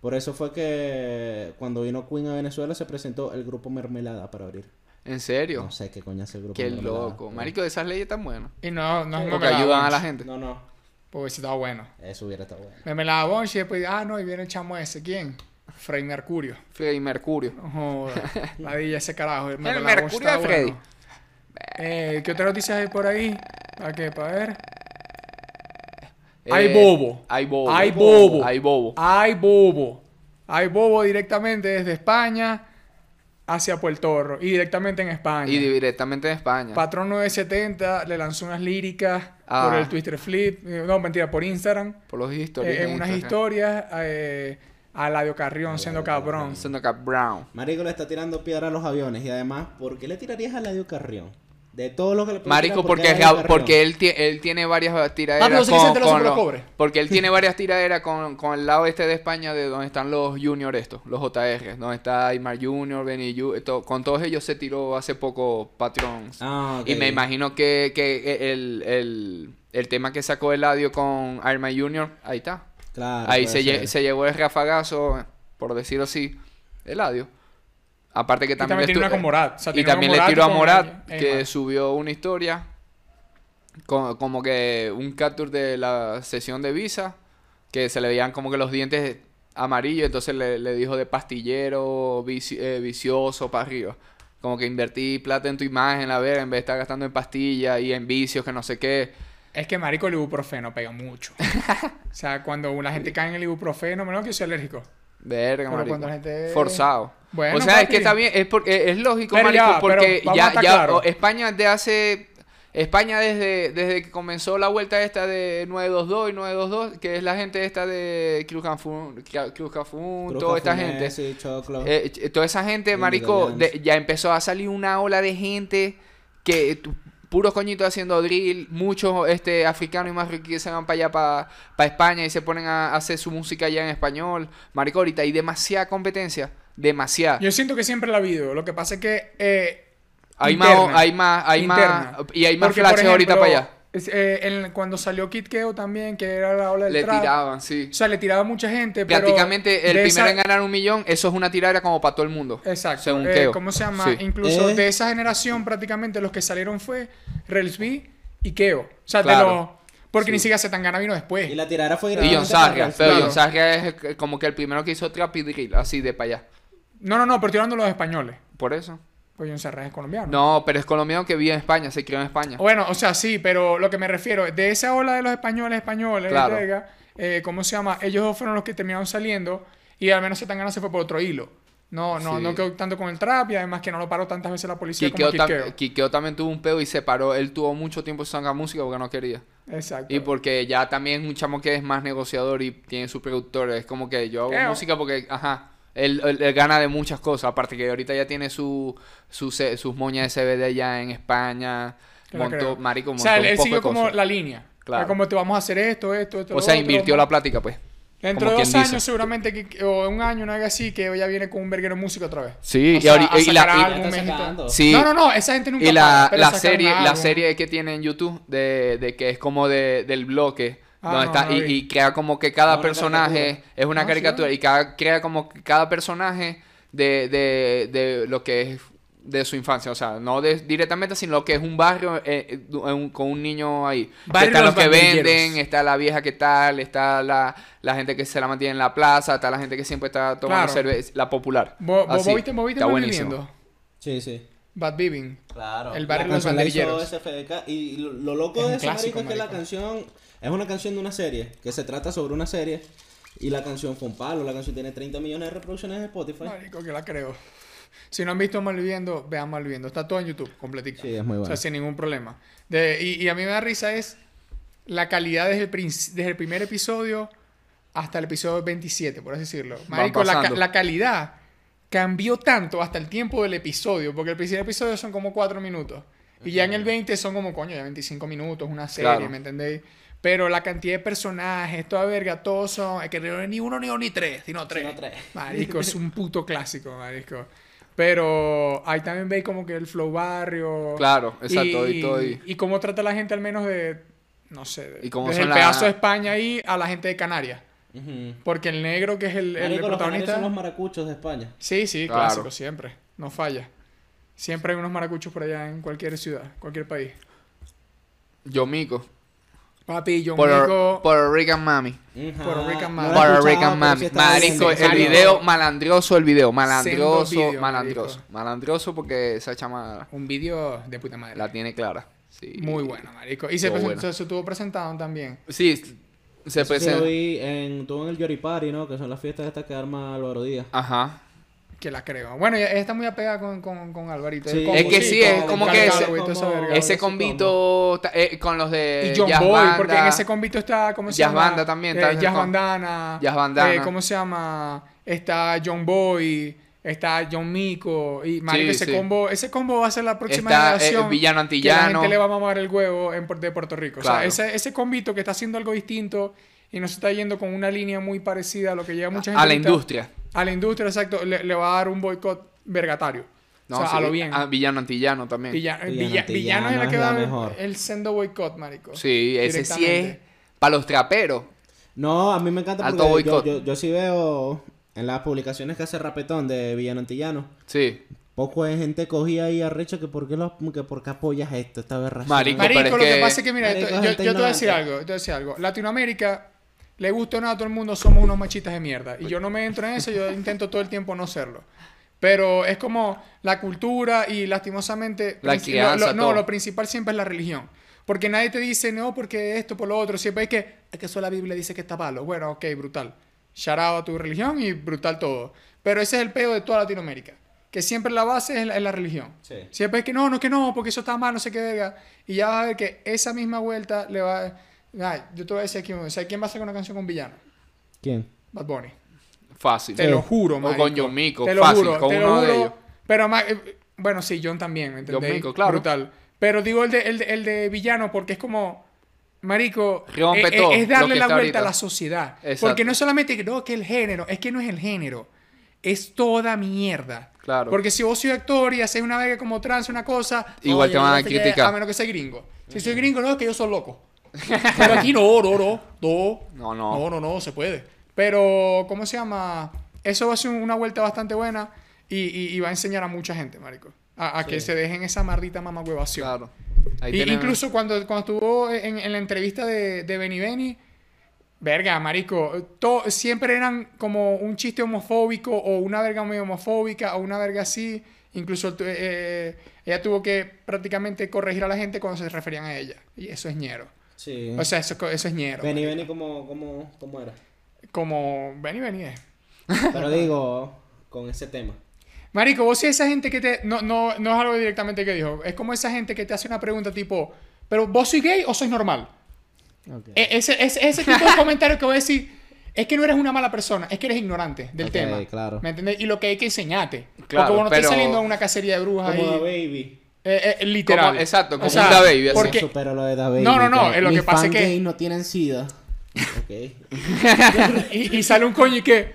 Speaker 2: Por eso fue que cuando vino Queen a Venezuela se presentó el grupo Mermelada para abrir.
Speaker 1: ¿En serio?
Speaker 2: ah. No sé qué coño hace el grupo
Speaker 1: Qué
Speaker 2: Mermelada,
Speaker 1: loco.
Speaker 2: pero-
Speaker 1: Marico, esas leyes están buenas.
Speaker 3: Y no, no es
Speaker 1: Porque ayudan a la gente.
Speaker 2: No, no.
Speaker 3: Pues sí, está bueno.
Speaker 2: Eso hubiera estado bueno.
Speaker 3: Me la bonche y después, ah, no, y viene el chamo ese. ¿Quién? Frey Mercurio.
Speaker 1: Freddy Mercurio.
Speaker 3: No joda, la villa ese carajo. El,
Speaker 1: El
Speaker 3: Mercurio
Speaker 1: Mercurio de Freddy.
Speaker 3: Eh, ¿Qué otras noticias hay por ahí? ¿Para qué? ¿Para ver?
Speaker 1: Eh,
Speaker 3: Hay bobo.
Speaker 1: Hay bobo.
Speaker 3: Hay bobo.
Speaker 1: Hay bobo.
Speaker 3: Hay bobo. Hay bobo directamente desde España hacia Puerto Rico y directamente en España.
Speaker 1: Y directamente de España.
Speaker 3: Patrón 970 le lanzó unas líricas
Speaker 1: Ah.
Speaker 3: por el Twitter Flip. eh, No, mentira, por Instagram.
Speaker 1: por los historias.
Speaker 3: eh, en unas historias eh, a Ladio Carrión siendo cabrón.
Speaker 1: Sonoca Brown.
Speaker 2: Marico le está tirando piedra a los aviones y además, ¿por qué le tirarías a Ladio Carrión? De todos los que le pueden
Speaker 1: Marico,
Speaker 2: tirar, ¿por qué
Speaker 1: porque,
Speaker 2: a Eladio
Speaker 1: Ra-
Speaker 2: Carrión?
Speaker 1: porque él, ti- él tiene varias tiraderas.
Speaker 3: Ah, pero sí que se enteró sobre
Speaker 1: los-
Speaker 3: cobre.
Speaker 1: Porque él tiene varias tiraderas con, con el lado este de España, de donde están los juniors estos, los JR, donde está Aymar Junior, Benny Ju- to- con todos ellos se tiró hace poco Patrón.
Speaker 2: Ah, ok.
Speaker 1: Y me imagino que, que el, el, el tema que sacó Eladio con Aymar Junior, ahí está.
Speaker 2: Claro,
Speaker 1: Ahí
Speaker 2: puede
Speaker 1: se, lle-
Speaker 2: ser.
Speaker 1: se llevó el rafagazo, por decirlo así, el adiós. Aparte que
Speaker 3: Y
Speaker 1: también,
Speaker 3: también tiene
Speaker 1: estu-
Speaker 3: una con Morat, o sea,
Speaker 1: y
Speaker 3: tiene una
Speaker 1: también
Speaker 3: con
Speaker 1: le
Speaker 3: Morat y
Speaker 1: tiró a
Speaker 3: con
Speaker 1: Morat,
Speaker 3: Ey-
Speaker 1: que
Speaker 3: Eyman.
Speaker 1: subió una historia, co- como que un capture de la sesión de visa, que se le veían como que los dientes amarillos, entonces le, le dijo de pastillero, vici- eh, vicioso, para arriba. Como que invertí plata en tu imagen, la ver, en vez de estar gastando en pastillas y en vicios, que no sé qué.
Speaker 3: Es que, marico, el ibuprofeno pega mucho. o sea, cuando la gente cae en el ibuprofeno, menos que yo soy alérgico.
Speaker 1: Verga,
Speaker 3: Pero
Speaker 1: marico.
Speaker 3: cuando la gente-
Speaker 1: Forzado.
Speaker 3: Bueno,
Speaker 1: o sea, es
Speaker 3: papi.
Speaker 1: que está bien, es porque es lógico,
Speaker 3: Pero
Speaker 1: marico,
Speaker 3: ya, pero
Speaker 1: porque
Speaker 3: vamos a
Speaker 1: ya,
Speaker 3: estar
Speaker 1: ya
Speaker 3: claros.
Speaker 1: o- España de hace España desde, desde que comenzó la vuelta esta de 922 y 922, que es la gente esta de Cruz Cafún, Cruz Cafún, toda esta gente.
Speaker 2: Sí, choclo.
Speaker 1: Eh, ch- toda esa gente,
Speaker 2: Linda
Speaker 1: marico,
Speaker 2: Alianza.
Speaker 1: de- ya empezó a salir una ola de gente que tu- puros coñitos haciendo drill, muchos este africanos y marroquíes se van para allá para España y se ponen a, hacer su música allá en español. Marico, ahorita hay demasiada competencia, demasiada.
Speaker 3: Yo siento que siempre la ha habido. Lo que pasa es que. eh,
Speaker 1: Hay más,
Speaker 3: interna.
Speaker 1: hay más, hay más
Speaker 3: Interna.
Speaker 1: y hay más
Speaker 3: Porque, por
Speaker 1: flashes ahorita
Speaker 3: ejemplo,
Speaker 1: para allá.
Speaker 3: es- eh, en- cuando salió Kid Keo también, que era la ola del
Speaker 1: Le
Speaker 3: trap,
Speaker 1: tiraban, sí.
Speaker 3: O sea, le tiraba mucha gente. pero
Speaker 1: Prácticamente el
Speaker 3: de
Speaker 1: primero
Speaker 3: esa-
Speaker 1: en ganar un millón, eso es una tirada como para todo el mundo.
Speaker 3: Exacto.
Speaker 1: Según
Speaker 3: eh,
Speaker 1: Keo.
Speaker 3: ¿Cómo se llama?
Speaker 1: Sí.
Speaker 3: Incluso
Speaker 2: Eh.
Speaker 3: de esa generación, prácticamente los que salieron fue Rels B y Keo. O sea, de
Speaker 1: Claro.
Speaker 3: los. Porque ni
Speaker 1: Sí.
Speaker 3: siquiera se tan vino después.
Speaker 2: Y la tirada fue
Speaker 1: Y John
Speaker 2: directamente para
Speaker 1: Sarria,
Speaker 2: Ralph.
Speaker 1: pero
Speaker 3: Claro.
Speaker 1: John Sarria es el- como que el primero que hizo trap y drill, así de para allá.
Speaker 3: No, no, no, pero tirando los españoles.
Speaker 1: Por eso.
Speaker 3: Pues John Serra es colombiano.
Speaker 1: No, pero es colombiano que vive en España, se crió en España.
Speaker 3: Bueno, o sea, sí, pero lo que me refiero, de esa ola de los españoles, españoles,
Speaker 1: Claro.
Speaker 3: verga, eh, ¿cómo se llama? Ellos dos fueron los que terminaron saliendo y al menos Zetangana se fue por otro hilo. No, no,
Speaker 1: Sí.
Speaker 3: no quedó tanto con el trap y además que no lo paró tantas veces la policía
Speaker 1: Quiqueo,
Speaker 3: como
Speaker 1: tam-
Speaker 3: Quiqueo.
Speaker 1: Quiqueo también tuvo un pedo y se paró. Él tuvo mucho tiempo sin sacar música porque no quería.
Speaker 3: Exacto.
Speaker 1: Y porque ya también es un chamo que es más negociador y tiene su productora. Es como que yo hago
Speaker 3: Claro.
Speaker 1: música porque, ajá, él, él- él gana de muchas cosas. Aparte que ahorita ya tiene su, su ce- sus moñas de CBD allá en España.
Speaker 3: Que la
Speaker 1: Montó,
Speaker 3: creo.
Speaker 1: marico,
Speaker 3: o
Speaker 1: montó
Speaker 3: sea, él,
Speaker 1: un
Speaker 3: él
Speaker 1: poco
Speaker 3: siguió
Speaker 1: de
Speaker 3: como
Speaker 1: cosas.
Speaker 3: la línea.
Speaker 1: Claro.
Speaker 3: Era Como te vamos a hacer esto, esto, esto.
Speaker 1: O
Speaker 3: lo
Speaker 1: sea,
Speaker 3: otro,
Speaker 1: invirtió la
Speaker 3: vamos-
Speaker 1: plática, pues.
Speaker 3: Dentro
Speaker 1: como
Speaker 3: de
Speaker 1: quien
Speaker 3: dos años,
Speaker 1: dice.
Speaker 3: seguramente, que, o un año, una vez así, que ya viene con un verguero de música otra vez.
Speaker 1: Sí,
Speaker 3: O
Speaker 1: y,
Speaker 3: sea,
Speaker 1: ahori-
Speaker 3: a
Speaker 1: y la-
Speaker 3: sacar
Speaker 1: y-
Speaker 3: algo.
Speaker 2: Ya está
Speaker 3: México.
Speaker 2: sacando.
Speaker 1: sí,
Speaker 3: No, no, no, esa gente nunca
Speaker 1: Y la,
Speaker 3: para, pero
Speaker 1: la
Speaker 3: sacaron
Speaker 1: serie,
Speaker 3: algo.
Speaker 1: la serie que tiene en YouTube de, de que es como de, del bloque.
Speaker 3: Ah,
Speaker 1: donde
Speaker 3: no,
Speaker 1: está,
Speaker 3: no
Speaker 1: y,
Speaker 3: vi.
Speaker 1: y crea como que cada
Speaker 2: Una
Speaker 1: personaje
Speaker 2: caricatura.
Speaker 1: es una
Speaker 3: Ah, sí,
Speaker 1: caricatura y cada, crea como que cada personaje de, de, de lo que es de su infancia, o sea, no de- directamente, sino lo que es un barrio eh, eh, du- en un- con un niño ahí. Que
Speaker 3: Barrio
Speaker 1: están los
Speaker 3: Los
Speaker 1: que
Speaker 3: Pandilleros.
Speaker 1: venden, está la vieja que tal, está la, la gente que se la mantiene en la plaza, está la gente que siempre está tomando
Speaker 3: Claro.
Speaker 1: cerveza, la popular.
Speaker 3: ¿Vos, vos
Speaker 1: Así.
Speaker 3: viste, vos viste
Speaker 1: Está
Speaker 3: Bad
Speaker 1: buenísimo.
Speaker 3: Viviendo?
Speaker 2: Sí, sí.
Speaker 3: Bad Viving.
Speaker 2: Claro.
Speaker 3: El barrio
Speaker 2: La
Speaker 3: de los
Speaker 2: canción la hizo
Speaker 3: pandilleros.
Speaker 2: SFDK, Y lo, lo loco
Speaker 3: Es un
Speaker 2: de eso,
Speaker 3: clásico,
Speaker 2: marico, es que la
Speaker 3: marico.
Speaker 2: canción es una canción de una serie, que se trata sobre una serie. Y la canción fue un palo, la canción tiene 30 millones de reproducciones en Spotify.
Speaker 3: Marico, que la creo. Si no han visto Malviviendo, vean Malviviendo. Está todo en YouTube, completito.
Speaker 2: Sí, es muy
Speaker 3: O sea,
Speaker 2: bueno.
Speaker 3: sin ningún problema. De- y, y a mí me da risa es la calidad desde el, princ- desde el primer episodio hasta el episodio 27, por así decirlo. Marico, la, ca-
Speaker 1: pasando.
Speaker 3: la calidad cambió tanto hasta el tiempo del episodio, porque el primer episodio son como 4 minutos. Y ya en el 20 son como, coño, ya 25 minutos, una serie,
Speaker 1: Claro.
Speaker 3: ¿me entendéis? Pero la cantidad de personajes, toda verga, todos son... Es que no hay ni uno, ni dos, ni tres, sino tres.
Speaker 2: Sino tres.
Speaker 3: Marico, es un puto clásico, marico. Pero ahí también veis como que el flow barrio.
Speaker 1: Claro, exacto, y todo ahí.
Speaker 3: y cómo trata la gente al menos de, no sé, de-
Speaker 1: Y cómo
Speaker 3: desde
Speaker 1: son
Speaker 3: el
Speaker 1: la-
Speaker 3: pedazo de España ahí a la gente de Canarias.
Speaker 2: Ujú.
Speaker 3: Porque el negro que es el, el
Speaker 2: Marico, los canarios
Speaker 3: protagonista...
Speaker 2: son los maracuchos de España.
Speaker 3: Sí, sí,
Speaker 1: Claro.
Speaker 3: clásico, siempre. No falla. Siempre hay unos maracuchos por allá en cualquier ciudad, cualquier país.
Speaker 1: Yo mico.
Speaker 3: Papi, John
Speaker 1: Por,
Speaker 3: Mico,
Speaker 1: por Rick and Mami.
Speaker 2: Ujú.
Speaker 3: Puerto Rican
Speaker 2: No
Speaker 3: Man.
Speaker 2: la he
Speaker 1: Para
Speaker 2: escuchado,
Speaker 1: Rick and
Speaker 2: pero
Speaker 1: Mami.
Speaker 2: sí está
Speaker 1: marico,
Speaker 2: bien.
Speaker 1: el
Speaker 3: Marico.
Speaker 1: video, malandroso el video. Malandroso,
Speaker 3: Sendo video,
Speaker 1: malandroso.
Speaker 3: marico.
Speaker 1: Malandroso porque esa chama
Speaker 3: un vídeo de puta madre.
Speaker 1: la tiene clara. Sí.
Speaker 3: Muy bueno, marico. Y se,
Speaker 1: Estuvo
Speaker 3: presentó,
Speaker 1: bueno.
Speaker 3: se estuvo presentado también.
Speaker 1: Sí, se
Speaker 2: Eso sí lo
Speaker 1: presenta.
Speaker 2: vi en, tuvo en el Yori Party, ¿no? Que son las fiestas estas que arma Álvaro Díaz.
Speaker 1: Ajá.
Speaker 3: Que la creo. Bueno, ella está muy apegada con, con, con Alvarito.
Speaker 2: Sí,
Speaker 3: Con-
Speaker 1: Es que sí, es
Speaker 3: con
Speaker 1: como
Speaker 3: Carlos
Speaker 1: que ese-
Speaker 3: Calvo y toda esa
Speaker 2: como-
Speaker 3: verga.
Speaker 2: Claro,
Speaker 1: Ese
Speaker 2: ese
Speaker 1: combito ta- eh, con los de.
Speaker 3: Y John
Speaker 1: Jazz
Speaker 3: Boy,
Speaker 1: Banda.
Speaker 3: porque en ese convito está, ¿cómo se
Speaker 1: Jazz
Speaker 3: llama?
Speaker 1: Banda también,
Speaker 3: Eh,
Speaker 1: está-
Speaker 3: Jazz
Speaker 1: con-
Speaker 3: Bandana.
Speaker 1: Jazz Bandana.
Speaker 3: eh, ¿Cómo se llama? Está John Boy, está John Mico. Y marico,
Speaker 1: Sí,
Speaker 3: ese,
Speaker 1: sí.
Speaker 3: combo, ese combo va a ser la próxima
Speaker 1: Está, eh,
Speaker 3: generación.
Speaker 1: Villano
Speaker 3: Que la
Speaker 1: Antillano.
Speaker 3: gente le va a mamar el huevo en, Puer- de Puerto Rico.
Speaker 1: Claro.
Speaker 3: O sea, ese, ese combito que está haciendo algo distinto y nos está yendo con una línea muy parecida a lo que lleva mucha gente.
Speaker 1: A la
Speaker 3: ahorita.
Speaker 1: industria.
Speaker 3: A la industria, exacto. Le, le va a dar un boicot vergatario.
Speaker 1: No,
Speaker 3: o sea,
Speaker 1: sí,
Speaker 3: a lo bien.
Speaker 1: ah, Villano Antillano también.
Speaker 3: Villa-
Speaker 2: Villano
Speaker 3: Villa- villano es la
Speaker 2: Antillano
Speaker 3: que
Speaker 2: es
Speaker 3: va
Speaker 2: la
Speaker 3: a ver
Speaker 2: mejor.
Speaker 3: el sendo boicot, marico.
Speaker 1: Sí, ese sí es.
Speaker 3: Directamente.
Speaker 1: Para los traperos.
Speaker 2: No, a mí me encanta
Speaker 1: Alto
Speaker 2: porque yo,
Speaker 1: boicot.
Speaker 2: yo, yo sí veo en las publicaciones que hace Rapetón de Villano Antillano.
Speaker 1: Sí.
Speaker 2: Poco de gente cogía ahí arrecho que por qué, lo, que por qué apoyas esto, esta aberración.
Speaker 1: Marico,
Speaker 3: Marico,
Speaker 1: pero es
Speaker 3: lo que...
Speaker 1: que-
Speaker 3: pasa es que, mira,
Speaker 2: Marico,
Speaker 3: esto- yo,
Speaker 2: gente
Speaker 3: yo te voy a decir
Speaker 2: ignorante.
Speaker 3: algo, yo te voy a decir algo. Latinoamérica, le gusta o no a todo el mundo, somos unos machistas de mierda. Y yo no me entro en eso, yo intento todo el tiempo no serlo. Pero es como la cultura y lastimosamente...
Speaker 1: La
Speaker 3: princi-
Speaker 1: crianza,
Speaker 3: lo- lo- No,
Speaker 1: todo.
Speaker 3: lo principal siempre es la religión. Porque nadie te dice, no, porque esto, por lo otro. Siempre hay que, es que eso la Biblia dice que está malo. Bueno, ok, brutal. Charado a tu religión y brutal todo. Pero ese es el peo de toda Latinoamérica. Que siempre la base es la, es la religión.
Speaker 2: Sí.
Speaker 3: Siempre es que no, no, que no, porque eso está mal, no sé qué verga. Y ya vas a ver que esa misma vuelta le va a... Ay, yo te voy a decir aquí, o sea, ¿quién va a sacar una canción con villano?
Speaker 2: ¿Quién?
Speaker 3: Bad Bunny.
Speaker 1: Fácil.
Speaker 3: Te lo juro,
Speaker 1: O
Speaker 3: marico.
Speaker 1: con John Mico,
Speaker 3: Te lo
Speaker 1: fácil,
Speaker 3: juro,
Speaker 1: con
Speaker 3: te lo
Speaker 1: uno de
Speaker 3: juro.
Speaker 1: ellos.
Speaker 3: Pero ma- eh, bueno, sí, John también, ¿me entendéis?
Speaker 1: Mico, claro.
Speaker 3: Brutal. Pero digo el de, el, de- el de villano porque es como, marico,
Speaker 1: Rompe
Speaker 3: eh, eh,
Speaker 1: todo
Speaker 3: es darle
Speaker 1: lo que
Speaker 3: la
Speaker 1: está
Speaker 3: vuelta
Speaker 1: ahorita.
Speaker 3: a la sociedad.
Speaker 1: Exacto.
Speaker 3: Porque no es solamente que no, que el género, es que no es el género. Es toda mierda.
Speaker 1: Claro.
Speaker 3: Porque si vos sois actor y haces una vega como trans, una cosa.
Speaker 1: Igual te
Speaker 3: "Oye,
Speaker 1: van
Speaker 3: no
Speaker 1: a
Speaker 3: sé qué",
Speaker 1: criticar. Mm.
Speaker 3: A menos que sea gringo. Si soy gringo, no, es que yo soy loco. Pero aquí no, no, no, no.
Speaker 1: No, no.
Speaker 3: No, no, no, se puede. Pero, ¿cómo se llama? Eso va a ser una vuelta bastante buena y, y- y va a enseñar a mucha gente, marico. A, a que se dejen esa mardita mamahuevación.
Speaker 1: Claro. Ahí
Speaker 3: Y
Speaker 1: tenemos-
Speaker 3: incluso cuando, cuando estuvo en, en la entrevista de, de Benny Benny, verga, marico, to- siempre eran como un chiste homofóbico o una verga medio homofóbica o una verga así. Incluso tu- eh, ella tuvo que prácticamente corregir a la gente cuando se referían a ella. Y eso es ñero.
Speaker 2: Sí.
Speaker 3: O sea, eso, es co- eso es ñero.
Speaker 2: Vení,
Speaker 3: marico.
Speaker 2: vení, ¿cómo, cómo, cómo era?
Speaker 3: Como Benny Benny es.
Speaker 2: Pero digo, con ese tema.
Speaker 3: Marico, vos sí esa gente que te... No, no, no es algo directamente que dijo. Es como esa gente que te hace una pregunta tipo... ¿Pero vos sois gay o sois normal? E- Ese, ese, ese tipo de comentario que voy a decir... Es que no eres una mala persona. Es que eres ignorante del
Speaker 2: Ok,
Speaker 3: tema.
Speaker 2: claro.
Speaker 3: ¿Me entiendes? Y lo que hay que enseñarte.
Speaker 1: Claro,
Speaker 3: porque vos no estás
Speaker 1: pero-
Speaker 3: saliendo a una cacería de brujas
Speaker 2: Como Da
Speaker 3: ahí.
Speaker 2: Baby.
Speaker 3: Eh, eh, literal.
Speaker 1: Como- exacto,
Speaker 3: O
Speaker 1: como
Speaker 3: sea,
Speaker 1: un Da Baby, así.
Speaker 3: Porque...
Speaker 2: No supero lo de Da Baby.
Speaker 3: No, no, no,
Speaker 2: pero
Speaker 3: es lo
Speaker 2: mis
Speaker 3: que pasa
Speaker 2: fan
Speaker 3: que-
Speaker 2: gays no tienen sida. Ok.
Speaker 3: y, y sale un coño y que...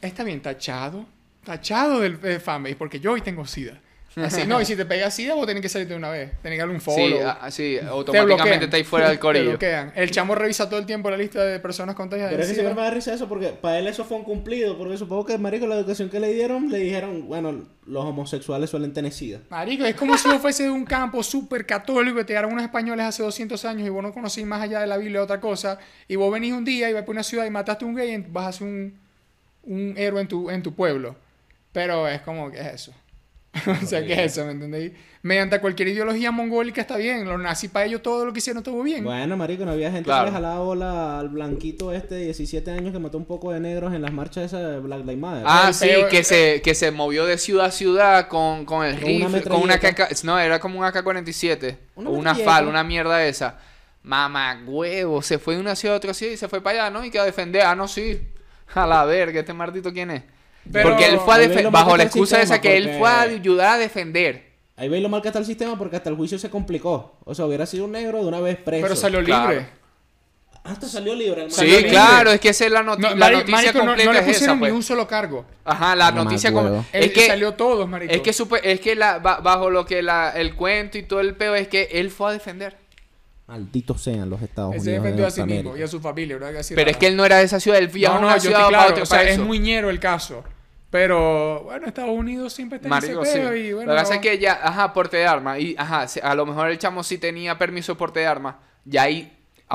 Speaker 3: Está bien, tachado. Tachado del eh, fanbase. Porque yo hoy tengo sida. Así, no, y si te pegas sida, vos tenés que salirte de una vez. Tenés que darle un follow.
Speaker 1: Sí, ah, sí,
Speaker 3: Te bloquean.
Speaker 1: automáticamente está ahí fuera del
Speaker 3: Te
Speaker 1: corillo.
Speaker 3: bloquean. El chamo revisa todo el tiempo la lista de personas contagiadas.
Speaker 2: Pero es que
Speaker 3: Sí,
Speaker 2: siempre me
Speaker 3: ¿verdad?
Speaker 2: da risa eso porque para él eso fue un cumplido. Porque supongo que, marico, la educación que le dieron, le dijeron, bueno, los homosexuales suelen tener sida.
Speaker 3: Marico, es como si yo fuese de un campo súper católico y te llegaron unos españoles hace 200 años y vos no conocís más allá de la Biblia otra cosa. Y vos venís un día y vas por una ciudad y mataste a un gay y vas a ser un, un héroe en tu, en tu pueblo. Pero es como, ¿qué es eso? o sea, ¿qué es eso? ¿Me entendéis? Mediante cualquier ideología mongólica está bien. Los nazis para ellos todo lo que hicieron estuvo bien.
Speaker 2: Bueno, marico, no había gente
Speaker 1: Claro.
Speaker 2: que le jalaba bola al blanquito este de 17 años que mató un poco de negros en las marchas esas de Black Lives Matter.
Speaker 1: Ah,
Speaker 3: El
Speaker 1: sí,
Speaker 3: peo-
Speaker 1: que se, que se movió de ciudad a ciudad con, con el
Speaker 2: Con una
Speaker 1: rifle, con una
Speaker 2: metralleta.
Speaker 1: AK, no, era como un AK-47,
Speaker 2: Una
Speaker 1: o una
Speaker 2: metralleta.
Speaker 1: FAL, una mierda esa. Mamá, huevo, se fue de una ciudad a otra ciudad y se fue para allá, ¿no? Y que a defender, ah, no, sí. A la verga, este martito quién es.
Speaker 3: Pero-
Speaker 1: porque él fue a
Speaker 2: Ahí ven
Speaker 1: defe-
Speaker 2: lo
Speaker 1: bajo
Speaker 2: mal
Speaker 1: la
Speaker 2: que está el
Speaker 1: excusa
Speaker 2: sistema,
Speaker 1: esa que él
Speaker 2: porque-
Speaker 1: fue a ayudar a defender.
Speaker 2: Ahí veis lo mal que está el sistema porque hasta el juicio se complicó. O sea, hubiera sido un negro de una vez preso.
Speaker 3: Pero salió
Speaker 1: claro.
Speaker 3: libre.
Speaker 2: Hasta salió libre. el
Speaker 1: Sí,
Speaker 2: marico.
Speaker 3: libre.
Speaker 1: claro, es que esa es la, noti-
Speaker 3: No,
Speaker 1: la
Speaker 3: mari-
Speaker 1: noticia
Speaker 3: marico, no- no,
Speaker 1: completa
Speaker 3: le
Speaker 1: es
Speaker 3: pusieron
Speaker 1: esa, pues.
Speaker 3: ni un solo cargo.
Speaker 1: Ajá, la
Speaker 2: No me
Speaker 1: noticia como
Speaker 2: acuerdo.
Speaker 1: es
Speaker 3: Él-
Speaker 1: que
Speaker 3: salió todos, marico.
Speaker 1: es que supe- es que la ba- bajo lo que la el cuento y todo el peo es que él fue a defender.
Speaker 2: Malditos sean los Estados
Speaker 3: Él
Speaker 2: Unidos.
Speaker 3: se
Speaker 2: de
Speaker 3: defendió a sí
Speaker 2: Norteamérica.
Speaker 3: mismo y a su familia, ¿verdad? Que así
Speaker 1: Pero
Speaker 3: raro.
Speaker 1: es que él no era de esa ciudad, él viajó
Speaker 3: no,
Speaker 1: a una
Speaker 3: no, yo
Speaker 1: ciudad
Speaker 3: estoy
Speaker 1: para
Speaker 3: claro,
Speaker 1: otra
Speaker 3: o sea,
Speaker 1: para
Speaker 3: es
Speaker 1: eso.
Speaker 3: muy ñero el caso. Pero bueno, Estados Unidos siempre está
Speaker 1: Marico,
Speaker 3: en
Speaker 1: sí.
Speaker 3: ese peo y bueno.
Speaker 1: Lo que pasa es que ya, ajá, porte de arma. Y ajá, se- a lo mejor el chamo sí tenía permiso de porte de arma. Y ahí
Speaker 3: No, es que- es que ya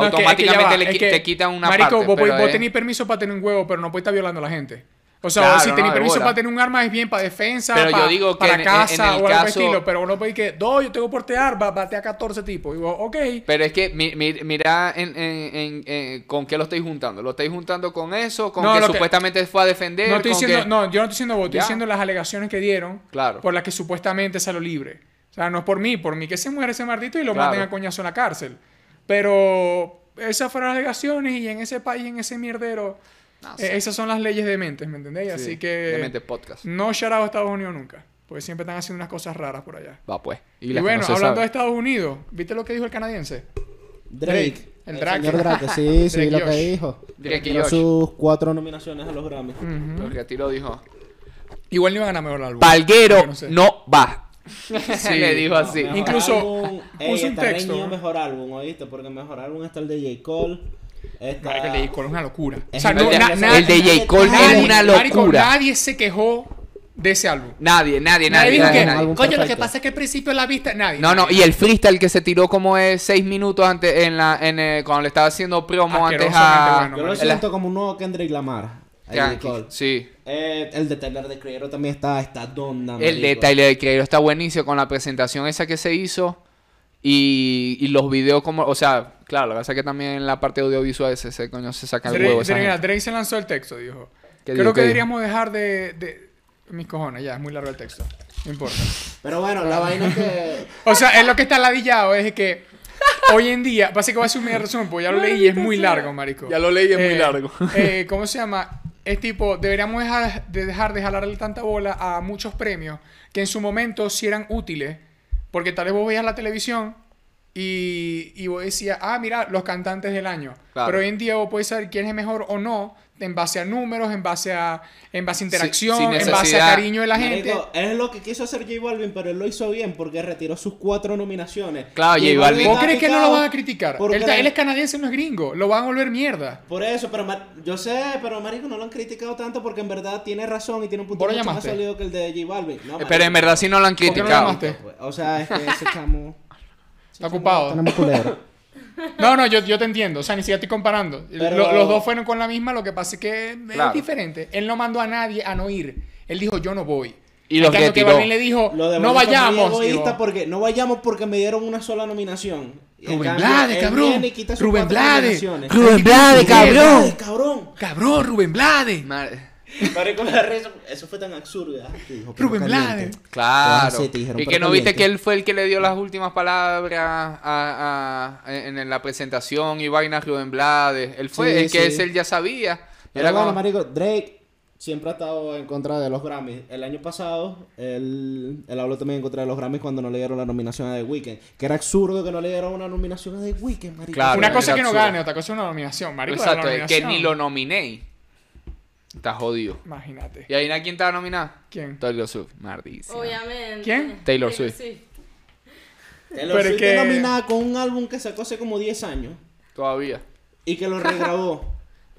Speaker 1: automáticamente
Speaker 3: va,
Speaker 1: le
Speaker 3: es
Speaker 1: qui-
Speaker 3: que,
Speaker 1: te quitan una
Speaker 3: marico,
Speaker 1: parte.
Speaker 3: vos,
Speaker 1: pero
Speaker 3: podés- vos
Speaker 1: es-
Speaker 3: tenés permiso para tener un huevo, pero no puedes estar violando a la gente. O sea,
Speaker 1: Claro,
Speaker 3: si
Speaker 1: no,
Speaker 3: tenés
Speaker 1: de
Speaker 3: permiso
Speaker 1: bola.
Speaker 3: para tener un arma es bien para defensa,
Speaker 1: Pero yo
Speaker 3: para,
Speaker 1: digo que
Speaker 3: para
Speaker 1: en- en-
Speaker 3: casa
Speaker 1: en el
Speaker 3: o algo por el
Speaker 1: caso-
Speaker 3: estilo. Pero uno puede que, no, yo tengo portear, va, bate a 14 tipos. Y vos, ok.
Speaker 1: Pero es que mi- mi- mira en, en- en- en- con qué lo estáis juntando. Lo estáis juntando con eso, con
Speaker 3: No,
Speaker 1: que
Speaker 3: lo que-
Speaker 1: supuestamente fue a defender.
Speaker 3: No estoy
Speaker 1: con
Speaker 3: diciendo,
Speaker 1: que-
Speaker 3: no, yo no estoy diciendo vos, estoy
Speaker 1: Ya.
Speaker 3: diciendo las alegaciones que dieron
Speaker 1: Claro.
Speaker 3: por las que supuestamente salió libre. O sea, no es por mí, por mí que se muere ese martito y lo
Speaker 1: Claro.
Speaker 3: maten a coñazo en la cárcel. Pero esas fueron las alegaciones y en ese país, en ese mierdero,
Speaker 1: No,
Speaker 3: eh,
Speaker 1: sí.
Speaker 3: esas son las leyes de mentes, ¿me entendéis?
Speaker 1: Sí, pues.
Speaker 3: Así
Speaker 1: Demente
Speaker 3: que
Speaker 1: podcast.
Speaker 3: no shout out a Estados Unidos nunca, porque siempre están haciendo unas cosas raras por allá.
Speaker 1: Va pues.
Speaker 3: Y,
Speaker 1: las que
Speaker 3: bueno,
Speaker 1: no se
Speaker 3: hablando
Speaker 1: saben.
Speaker 3: de Estados Unidos, ¿viste lo que dijo el canadiense?
Speaker 2: Drake.
Speaker 3: Drake, el Drake.
Speaker 2: señor Drake, sí, sí,
Speaker 3: Drake
Speaker 2: lo que
Speaker 3: Josh. Mm.
Speaker 2: dijo.
Speaker 1: Drake
Speaker 2: Retiró
Speaker 1: Josh.
Speaker 2: sus cuatro nominaciones a los Grammy.
Speaker 1: Lo retiró, dijo.
Speaker 3: Igual no iba a ganar mejor álbum.
Speaker 1: Palguero
Speaker 3: Yo no sé.
Speaker 1: no va. le dijo así.
Speaker 2: Mejor
Speaker 3: Incluso
Speaker 2: álbum, eh,
Speaker 3: puso un
Speaker 2: está
Speaker 3: texto,
Speaker 2: reñido
Speaker 3: ¿eh?
Speaker 2: mejor álbum, ¿oíste? Porque mejor álbum está el de J. Cole. Está...
Speaker 3: Marico, el de J. Cole es una locura. O
Speaker 2: Es
Speaker 3: sea, no,
Speaker 1: el de-
Speaker 3: na-
Speaker 1: el
Speaker 3: na-
Speaker 1: de J. Cole es
Speaker 3: nadie-
Speaker 1: una
Speaker 3: marico,
Speaker 1: locura.
Speaker 3: nadie se quejó de ese álbum.
Speaker 1: Nadie, nadie,
Speaker 3: Nadie
Speaker 1: nadie.
Speaker 3: dijo
Speaker 1: nadie,
Speaker 3: que,
Speaker 1: nadie.
Speaker 2: Álbum
Speaker 3: coño, lo que
Speaker 2: perfecto.
Speaker 3: pasa es que al principio la vista, nadie.
Speaker 1: No, no, y el freestyle que se tiró como es seis minutos antes en la, en eh, cuando le estaba haciendo promo antes a.
Speaker 3: Asquerosamente
Speaker 2: Yo
Speaker 3: bueno,
Speaker 2: lo
Speaker 1: el-
Speaker 2: siento como un nuevo Kendrick Lamar. El J.
Speaker 1: Yankee,
Speaker 2: Cole.
Speaker 1: Sí.
Speaker 2: Eh, el de Tyler de Creator también está, está donna.
Speaker 1: El
Speaker 2: marico.
Speaker 1: detalle de Creiro está buenísimo con la presentación esa que se hizo. Y, y los videos como, o sea, claro, la verdad es que también en la parte audiovisual ese, ese coño se saca el
Speaker 3: Drake,
Speaker 1: huevo. esa
Speaker 3: Drake- mira,
Speaker 1: gente.
Speaker 3: Drake se lanzó el texto, dijo.
Speaker 1: ¿Qué dijo?
Speaker 3: Creo que
Speaker 1: ¿Qué dijo?
Speaker 3: deberíamos dejar de, de- Mis cojones, ya, es muy largo el texto. No importa.
Speaker 2: Pero bueno, la vaina es que.
Speaker 3: O sea, es lo que está ladillado, es que hoy en día, básicamente voy a hacer un medio resumen, porque ya lo leí y es muy largo, marico.
Speaker 1: Ya lo leí y es muy
Speaker 3: Eh,
Speaker 1: largo.
Speaker 3: eh, ¿Cómo se llama? Es tipo, deberíamos dejar de, dejar de jalarle tanta bola a muchos premios que en su momento sí eran útiles, porque tal vez vos veías la televisión y, y vos decías, ah, mira, los cantantes del año.
Speaker 1: Claro.
Speaker 3: Pero hoy en día vos podés saber quién es mejor o no en base a números, en base a, en base a interacción,
Speaker 1: sin
Speaker 3: en base a
Speaker 1: necesidad.
Speaker 3: cariño de la gente.
Speaker 2: Marico, es lo que quiso hacer J Balvin, pero él lo hizo bien porque retiró sus cuatro nominaciones.
Speaker 1: Claro, J Balvin-
Speaker 3: ¿Vos
Speaker 2: está
Speaker 3: crees que no lo
Speaker 2: picado
Speaker 3: van a criticar?
Speaker 2: porque
Speaker 3: Él, ta-
Speaker 2: la-
Speaker 3: él es canadiense, no es gringo. Lo van a volver mierda.
Speaker 2: Por eso, pero Mar- yo sé, pero Marico no lo han criticado tanto porque en verdad tiene razón y tiene un punto
Speaker 3: ¿Vos lo
Speaker 2: mucho más
Speaker 3: llamaste?
Speaker 2: sólido que el de J Balvin. No,
Speaker 1: Eh, Pero en
Speaker 2: marico.
Speaker 1: verdad sí no lo han
Speaker 3: qué no lo
Speaker 1: criticado.
Speaker 3: llamaste?
Speaker 2: O sea, es que ese chamo.
Speaker 3: Está ocupado.
Speaker 2: Tenemos culero.
Speaker 3: No, no, yo, yo te entiendo. O sea, ni siquiera estoy comparando.
Speaker 2: Pero-
Speaker 3: Lo- los dos fueron con la misma, lo que pasa es que
Speaker 1: Claro.
Speaker 3: es diferente. Él no mandó a nadie a no ir. Él dijo, yo no voy.
Speaker 1: Y
Speaker 3: En
Speaker 1: los
Speaker 3: cambio,
Speaker 1: retiró.
Speaker 3: Balvin le dijo,
Speaker 2: Lo de
Speaker 3: no
Speaker 2: Balvin fue muy
Speaker 3: vayamos.
Speaker 2: egoísta
Speaker 3: Digo,
Speaker 2: porque, no vayamos porque me dieron una sola nominación. Y en
Speaker 4: Rubén
Speaker 2: cambio,
Speaker 4: Blades,
Speaker 2: él
Speaker 4: cabrón.
Speaker 2: viene y quita sus
Speaker 4: Rubén
Speaker 2: cuatro
Speaker 4: Blades.
Speaker 2: nominaciones.
Speaker 4: Rubén Blades,
Speaker 2: Blades,
Speaker 4: cabrón.
Speaker 2: cabrón.
Speaker 4: Cabrón, Rubén Blades.
Speaker 1: Madre-
Speaker 2: Marico, la risa- Eso fue tan absurdo. ¿verdad? Que dijo, pero
Speaker 3: Rubén
Speaker 2: caliente.
Speaker 3: Blades.
Speaker 2: Te vas
Speaker 1: Claro.
Speaker 2: a hacer, te dijeron,
Speaker 1: y que
Speaker 2: pero
Speaker 1: no viste
Speaker 2: caliente.
Speaker 1: que él fue el que le dio las últimas palabras a- a- en, en la presentación y vainas Rubén Blades. Él fue
Speaker 2: Sí,
Speaker 1: el que
Speaker 2: sí.
Speaker 1: él ya sabía.
Speaker 2: Pero
Speaker 1: Era
Speaker 2: bueno,
Speaker 1: como-
Speaker 2: marico, Drake siempre ha estado en contra de los Grammys. El año pasado, él, él habló también en contra de los Grammys cuando no le dieron la nominación a The Weeknd. Que era absurdo que no le dieron una nominación a The Weeknd, marico.
Speaker 1: Claro.
Speaker 3: Una cosa
Speaker 1: era
Speaker 3: es que no
Speaker 1: absurdo.
Speaker 3: gane, otra cosa es una nominación. Marico, era la
Speaker 1: Exacto, es que
Speaker 3: nominación.
Speaker 1: ni lo nominé. Está jodido.
Speaker 3: Imagínate.
Speaker 1: ¿Y ahí na- quién estaba nominada?
Speaker 3: ¿Quién?
Speaker 1: Taylor Swift. Mardísima.
Speaker 5: Obviamente.
Speaker 3: ¿Quién?
Speaker 1: Taylor Swift.
Speaker 2: Taylor
Speaker 3: Pero
Speaker 2: Swift
Speaker 3: es que-
Speaker 2: fue nominada con un álbum que sacó hace como 10 años
Speaker 1: Todavía.
Speaker 2: y que lo regrabó.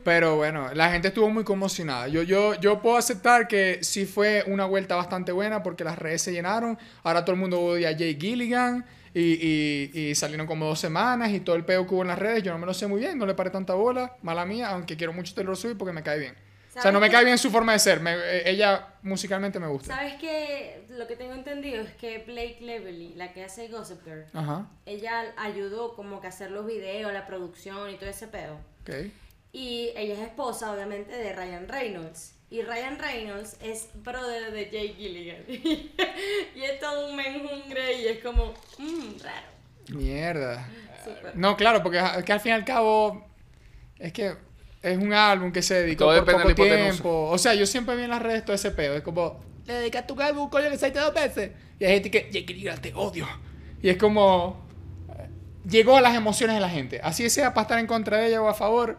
Speaker 3: Pero bueno, la gente estuvo muy conmocionada. Yo, yo, yo puedo aceptar que sí fue una vuelta bastante buena porque las redes se llenaron. Ahora todo el mundo odia a Jay Gilligan y, y- y salieron como dos semanas y todo el peo que hubo en las redes. Yo no me lo sé muy bien, no le paré tanta bola. Mala mía, aunque quiero mucho Taylor Swift porque me cae bien. O sea, no me
Speaker 5: ¿Sabes
Speaker 3: cae
Speaker 5: qué?
Speaker 3: bien su forma de ser. Me- eh, ella musicalmente me gusta.
Speaker 5: ¿Sabes qué? Lo que tengo entendido es que Blake Lively, la que hace Gossip Girl,
Speaker 3: Ajá,
Speaker 5: ella ayudó como que a hacer los videos, la producción y todo ese pedo.
Speaker 3: ok.
Speaker 5: Y ella es esposa, obviamente, de Ryan Reynolds. Y Ryan Reynolds es brother de Jake Gilligan. y es todo un menjungre y es como, mmm, raro.
Speaker 3: Mierda.
Speaker 5: Súper.
Speaker 3: No, claro, porque a- que al fin y al cabo es que es un álbum que se dedicó
Speaker 1: Todo
Speaker 3: por
Speaker 1: depende de
Speaker 3: poco
Speaker 1: la hipotenusa.
Speaker 3: tiempo. O sea, yo siempre vi en las redes todo ese pedo. Es como, le dedicas tu álbum, coño, que saliste dos veces. Y hay gente que, "Jake Gyllenhaal, te odio. Y es como, eh, llegó a las emociones de la gente. Así sea para estar en contra de ella o a favor,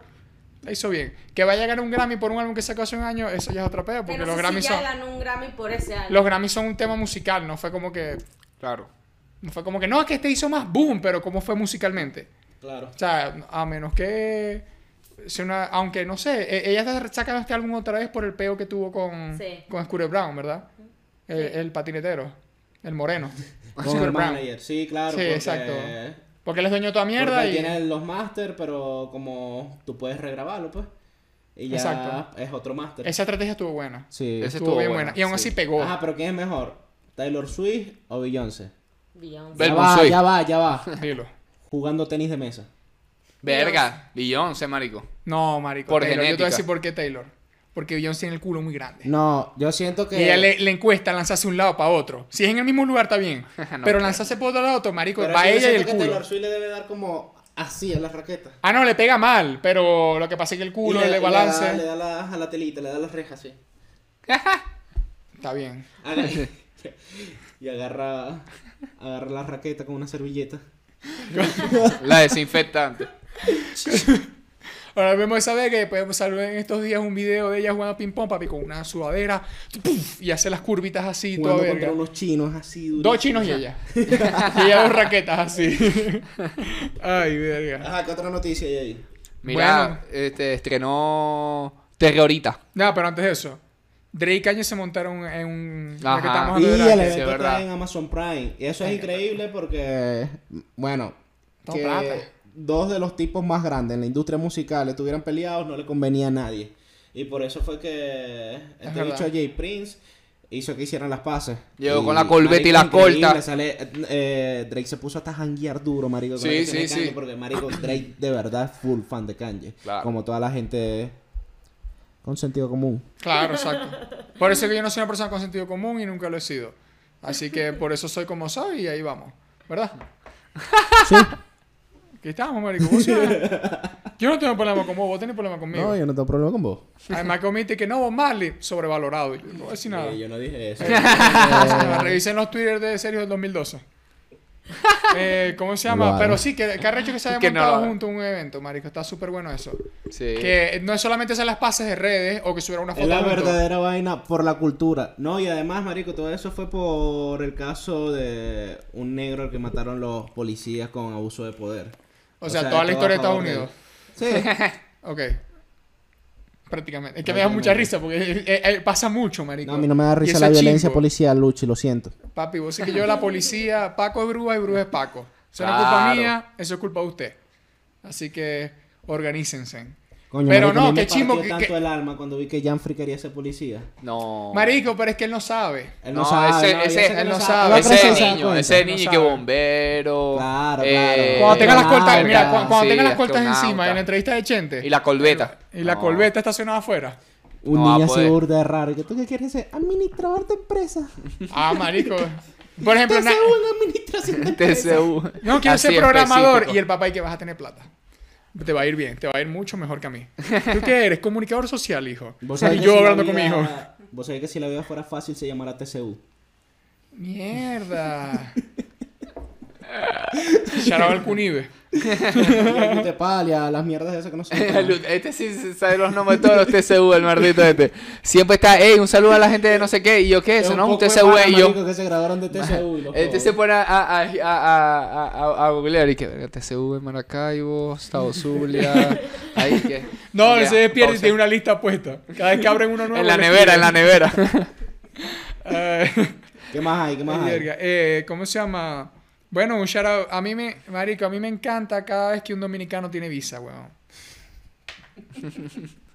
Speaker 3: la hizo bien. Que vaya a ganar un Grammy por un álbum que sacó hace un año, eso ya es otra pedo,
Speaker 5: Que
Speaker 3: porque
Speaker 5: no
Speaker 3: los
Speaker 5: sé
Speaker 3: Grammys
Speaker 5: si ya
Speaker 3: son...
Speaker 5: ganó un Grammy por ese álbum.
Speaker 3: Los Grammys son un tema musical, no fue como que...
Speaker 1: Claro.
Speaker 3: No fue como que, no, es que este hizo más boom, pero ¿cómo fue musicalmente?
Speaker 2: Claro.
Speaker 3: O sea, a menos que sea una, aunque no sé, e- ella está sacando este álbum otra vez por el peo que tuvo con,
Speaker 5: Sí.
Speaker 3: con Scooter Brown, ¿verdad? El, el patinetero, el moreno.
Speaker 1: Ah,
Speaker 2: Con
Speaker 3: Scooter
Speaker 2: el
Speaker 3: Brown.
Speaker 2: manager. Sí, claro.
Speaker 3: Sí,
Speaker 2: porque-
Speaker 3: exacto. Porque él es dueño de toda mierda
Speaker 2: Porque
Speaker 3: y
Speaker 2: tiene los máster, pero como tú puedes regrabarlo, pues. Y ya
Speaker 3: Exacto.
Speaker 2: es otro máster.
Speaker 3: esa estrategia estuvo buena.
Speaker 2: Sí.
Speaker 1: Ese
Speaker 3: Estuvo, bien buena. Y aún
Speaker 1: sí.
Speaker 3: así pegó.
Speaker 2: Ajá, pero ¿quién es mejor? ¿Taylor Swift o Beyoncé? Ya
Speaker 5: Beyoncé.
Speaker 1: Belmont
Speaker 2: va,
Speaker 1: Swift.
Speaker 2: ya va, ya va.
Speaker 3: Dilo.
Speaker 2: Jugando tenis de mesa.
Speaker 1: Verga. Beyoncé, marico.
Speaker 3: No, marico.
Speaker 1: Por
Speaker 3: Taylor. Yo te voy a
Speaker 1: genética.
Speaker 3: decir por qué Taylor. Porque Beyoncé tiene el culo muy grande.
Speaker 2: No, yo siento que.
Speaker 3: Y ella le, le encuesta lanzarse un lado para otro. Si es en el mismo lugar está bien.
Speaker 1: No
Speaker 3: pero
Speaker 1: creo.
Speaker 3: lanzarse por otro lado, otro, marico,
Speaker 2: Pero
Speaker 3: va
Speaker 2: yo
Speaker 3: ella y
Speaker 2: siento
Speaker 3: el
Speaker 2: que
Speaker 3: culo.
Speaker 2: Taylor Swift le debe dar como así a la raqueta.
Speaker 3: Ah, no, le pega mal, pero lo que pasa es que el culo,
Speaker 2: Y le-
Speaker 3: el
Speaker 2: le da-
Speaker 3: balance.
Speaker 2: Le da, la, a la telita, le da las rejas, sí.
Speaker 3: Está bien.
Speaker 2: Haga- y agarra, agarra la raqueta con una servilleta.
Speaker 1: La desinfectante.
Speaker 3: Ahora mismo saber que podemos salir en estos días un video de ella jugando ping-pong, papi, con una sudadera ¡puf! y hace las curvitas así y todo.
Speaker 2: Jugando contra unos chinos así.
Speaker 3: Dos
Speaker 2: durísimos.
Speaker 3: chinos y ella. y ella dos raquetas así. Ay, verga.
Speaker 2: Ajá, ¿qué otra noticia hay ahí?
Speaker 1: Mira, este, estrenó Terrorita.
Speaker 3: No, pero antes de eso, Drake y Kanye se montaron en un. ya que
Speaker 1: Ajá.
Speaker 3: estamos
Speaker 2: Y
Speaker 3: hablando de
Speaker 2: el evento
Speaker 3: Drake.
Speaker 1: sí, es
Speaker 2: está
Speaker 1: Ah, verdad. Eh,
Speaker 2: en Amazon Prime. Y eso es increíble porque, bueno,
Speaker 3: No,
Speaker 2: que
Speaker 3: plata.
Speaker 2: dos de los tipos más grandes en la industria musical estuvieran peleados no le convenía a nadie. Y por eso fue que este
Speaker 3: verdad.
Speaker 2: bicho Jay Prince hizo que hicieran las paces.
Speaker 1: Llegó con la Corvette y la
Speaker 2: marico, increíble,
Speaker 1: corta.
Speaker 2: sale, eh, Drake se puso hasta a janguear duro, marico. con
Speaker 1: Sí,
Speaker 2: la canción de
Speaker 1: sí,
Speaker 2: Kanye,
Speaker 1: sí.
Speaker 2: Porque, marico, Drake de verdad es full fan de Kanye.
Speaker 1: Claro.
Speaker 2: Como toda la gente con sentido común.
Speaker 3: Claro, exacto. Por eso es que yo no soy una persona con sentido común y nunca lo he sido. Así que por eso soy como soy y ahí vamos. ¿Verdad?
Speaker 2: Sí.
Speaker 3: Aquí estamos, marico. vos sabés. Yo no tengo problema con vos, vos tenés problema conmigo.
Speaker 2: No, yo no tengo problema con vos.
Speaker 3: Además comiste que no, Bob Marley, sobrevalorado. Yo no voy a decir nada.
Speaker 2: Eh, yo no dije eso.
Speaker 3: Señora, Revisen los Twitter de Sergio del 2012. Eh, ¿Cómo se llama?
Speaker 2: Wow.
Speaker 3: Pero sí, que, que arrecho que se haya
Speaker 1: Que no
Speaker 3: montado
Speaker 1: lo-
Speaker 3: junto a un evento, marico. Está súper bueno eso.
Speaker 1: Sí.
Speaker 3: Que no es solamente hacer las pases de redes o que subiera una foto.
Speaker 2: Es la
Speaker 3: juntos.
Speaker 2: verdadera vaina por la cultura. No, y además, marico, todo eso fue por el caso de un negro al que mataron los policías con abuso de poder.
Speaker 3: O sea, toda la
Speaker 2: todo a
Speaker 3: historia de Estados
Speaker 2: favor él.
Speaker 3: Unidos.
Speaker 2: Sí.
Speaker 3: Ok. Prácticamente. Es que me da mucha risa porque eh, eh, eh, pasa mucho, marico.
Speaker 2: No, a mí no me da
Speaker 3: Y
Speaker 2: risa
Speaker 3: eso
Speaker 2: la
Speaker 3: es
Speaker 2: violencia
Speaker 3: chimbo.
Speaker 2: policial, Luchi, lo siento.
Speaker 3: Papi, vos sé que yo la policía, Paco es Bruja y Bruja es Paco. Eso no es culpa
Speaker 1: Claro.
Speaker 3: mía, eso es culpa de usted. Así que organícense.
Speaker 2: Coño,
Speaker 3: Pero
Speaker 2: marico,
Speaker 3: no,
Speaker 2: a mí me
Speaker 3: qué chimbo
Speaker 2: partió
Speaker 3: que-
Speaker 2: tanto
Speaker 3: que-
Speaker 2: el alma cuando vi que Janfrey quería ser policía.
Speaker 1: No.
Speaker 3: Marico, pero es que él no sabe.
Speaker 2: Él no,
Speaker 1: No,
Speaker 2: sabe.
Speaker 1: ese-
Speaker 2: no, yo
Speaker 1: ese-
Speaker 2: sé que
Speaker 3: él no
Speaker 2: Él
Speaker 3: sabe.
Speaker 2: va a crecer
Speaker 1: Ese
Speaker 2: y se da
Speaker 1: niño,
Speaker 2: cuenta.
Speaker 1: ese
Speaker 3: no
Speaker 1: niño
Speaker 3: sabe.
Speaker 1: que bombero. Eh,
Speaker 2: Claro, claro.
Speaker 3: Cuando tenga las
Speaker 2: Astronauta.
Speaker 3: cortas, mira, cu- cuando,
Speaker 1: sí,
Speaker 3: tenga las cortas
Speaker 1: astronauta.
Speaker 3: encima en la entrevista de Chente.
Speaker 1: Y la colbeta.
Speaker 3: y la
Speaker 1: No.
Speaker 3: colbeta estacionada afuera.
Speaker 2: Un
Speaker 1: No va a
Speaker 2: niño así
Speaker 1: poder.
Speaker 2: burda de raro. ¿Y que tú qué quieres ser? Administrador de empresa.
Speaker 3: Ah, marico. Por ejemplo,
Speaker 2: Te
Speaker 3: na-
Speaker 2: hago en administración de empresa.
Speaker 1: TCU.
Speaker 3: no quiero
Speaker 1: Así
Speaker 3: ser programador.
Speaker 1: específico.
Speaker 3: Y el papá y que vas a tener plata. Te va a ir bien, te va a ir mucho mejor que a mí. ¿Tú qué eres? Comunicador social, hijo.
Speaker 2: ¿Vos sabés
Speaker 3: Y
Speaker 2: que
Speaker 3: yo
Speaker 2: si la
Speaker 3: hablando con mi
Speaker 2: vida-
Speaker 3: hijo.
Speaker 2: Vos sabés que si la vida fuera fácil se llamara TCU.
Speaker 3: Mierda. Charaba el cunibe.
Speaker 2: Y te palia, las mierdas de esas que no son.
Speaker 1: Lu- Este sí se sabe los nombres de todos los TCU, el maldito este. Siempre está, hey, un saludo a la gente de no sé qué. Y yo, ¿qué es eso? No, un TCU. Y yo,
Speaker 2: que se graduaron de TCU. y los
Speaker 1: este se
Speaker 2: pobres.
Speaker 1: pone a, a, a, a, a, a- a googlear y que, verga, TCU en Maracaibo, Estado Zulia. Ahí que.
Speaker 3: No,
Speaker 1: ya,
Speaker 3: él se despierta y
Speaker 1: pausa.
Speaker 3: tiene una lista puesta. Cada vez que abren uno nuevo.
Speaker 1: En la
Speaker 3: le
Speaker 1: nevera, en la
Speaker 3: escriben.
Speaker 1: nevera.
Speaker 3: Eh,
Speaker 2: ¿Qué más hay? ¿Qué más
Speaker 3: Ay,
Speaker 2: hay?
Speaker 3: verga. Eh, ¿Cómo se llama? Bueno, un shout out. A mí me, marico, a mí me encanta cada vez que un dominicano tiene visa, weón.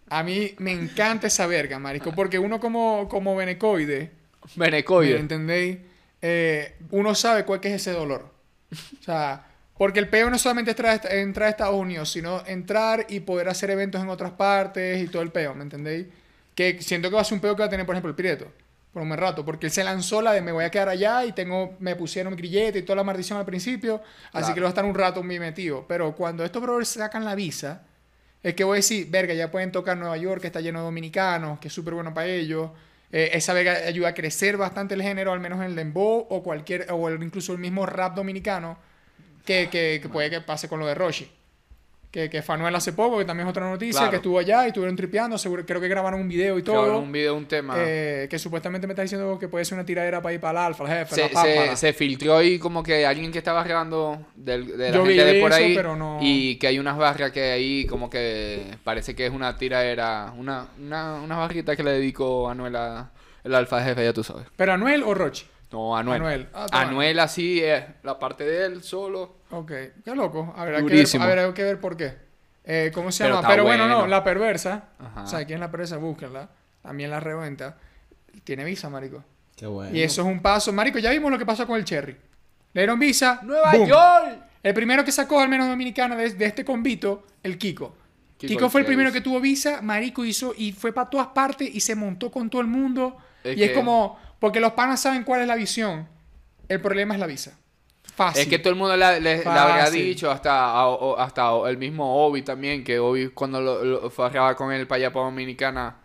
Speaker 3: A mí me encanta esa verga, marico, porque uno como, como benecoide, ¿me
Speaker 1: Benecoide.
Speaker 3: entendéis? Eh, uno sabe cuál que es ese dolor. O sea, porque el peo no solamente es tra- entrar, a Estados Unidos, sino entrar y poder hacer eventos en otras partes y todo el peo, ¿me entendéis? Que siento que va a ser un peo que va a tener, por ejemplo, el Prieto, por un buen rato, porque él se lanzó la de me voy a quedar allá y tengo, me pusieron grillete y toda la maldición al principio, así
Speaker 1: Claro.
Speaker 3: que lo va a estar un rato muy metido. Pero cuando estos brothers sacan la visa, es que voy a decir, verga, ya pueden tocar Nueva York, que está lleno de dominicanos, que es súper bueno para ellos. Eh, esa verga ayuda a crecer bastante el género, al menos en el dembow o cualquier, o el- incluso el mismo rap dominicano, que, que- que puede que pase con lo de Roshi. Que, que Fanuel hace poco, que también es otra noticia,
Speaker 1: Claro.
Speaker 3: que estuvo allá y estuvieron tripeando, seguro, creo que grabaron un video y todo.
Speaker 1: Cabrón, un video, un tema.
Speaker 3: eh, que supuestamente me está diciendo que puede ser una tiradera para ir para el alfa, el jefe, la
Speaker 1: se,
Speaker 3: pámpara.
Speaker 1: se, se filtró ahí como que alguien que estaba grabando del- de la
Speaker 3: Yo
Speaker 1: gente
Speaker 3: vi
Speaker 1: de por
Speaker 3: eso,
Speaker 1: ahí
Speaker 3: pero no-
Speaker 1: y que hay unas barras que ahí como que parece que es una tiradera, una, una, una barrita que le dedicó Anuel a el alfa jefe, ya tú sabes.
Speaker 3: ¿Pero Anuel o Rochi?
Speaker 1: No, Anuel.
Speaker 3: Anuel. Ah, está
Speaker 1: Anuel así es, la parte de él solo.
Speaker 3: Ok, qué loco. Habrá que ver,
Speaker 1: Durísimo.
Speaker 3: habrá que ver por qué. Eh, ¿Cómo se
Speaker 1: Pero
Speaker 3: llama?
Speaker 1: está
Speaker 3: Pero bueno, no,
Speaker 1: bueno.
Speaker 3: La Perversa.
Speaker 1: Ajá.
Speaker 3: O sea, aquí en La Perversa, búsquenla. También la reventa. Tiene visa, marico.
Speaker 2: Qué bueno.
Speaker 3: Y eso es un paso. Marico, ya vimos lo que pasó con el Cherry. Le dieron visa.
Speaker 1: ¡Nueva
Speaker 3: boom.
Speaker 1: York!
Speaker 3: El primero que sacó, al menos dominicano, de, de este convito, el Kiko.
Speaker 1: Kiko
Speaker 3: Kiko, fue
Speaker 1: Alcaraz.
Speaker 3: el primero que tuvo visa, Marico hizo y fue para todas partes y se montó con todo el mundo.
Speaker 1: Es
Speaker 3: y es
Speaker 1: que-
Speaker 3: como, porque los panas saben cuál es la visión. El problema es la visa. Fácil.
Speaker 1: Es que todo el mundo la- le, le habrá
Speaker 3: Fácil.
Speaker 1: dicho, hasta, a- o- hasta el mismo Obi también, que Obi cuando lo, lo- fue a grabar con él para allá para Dominicana,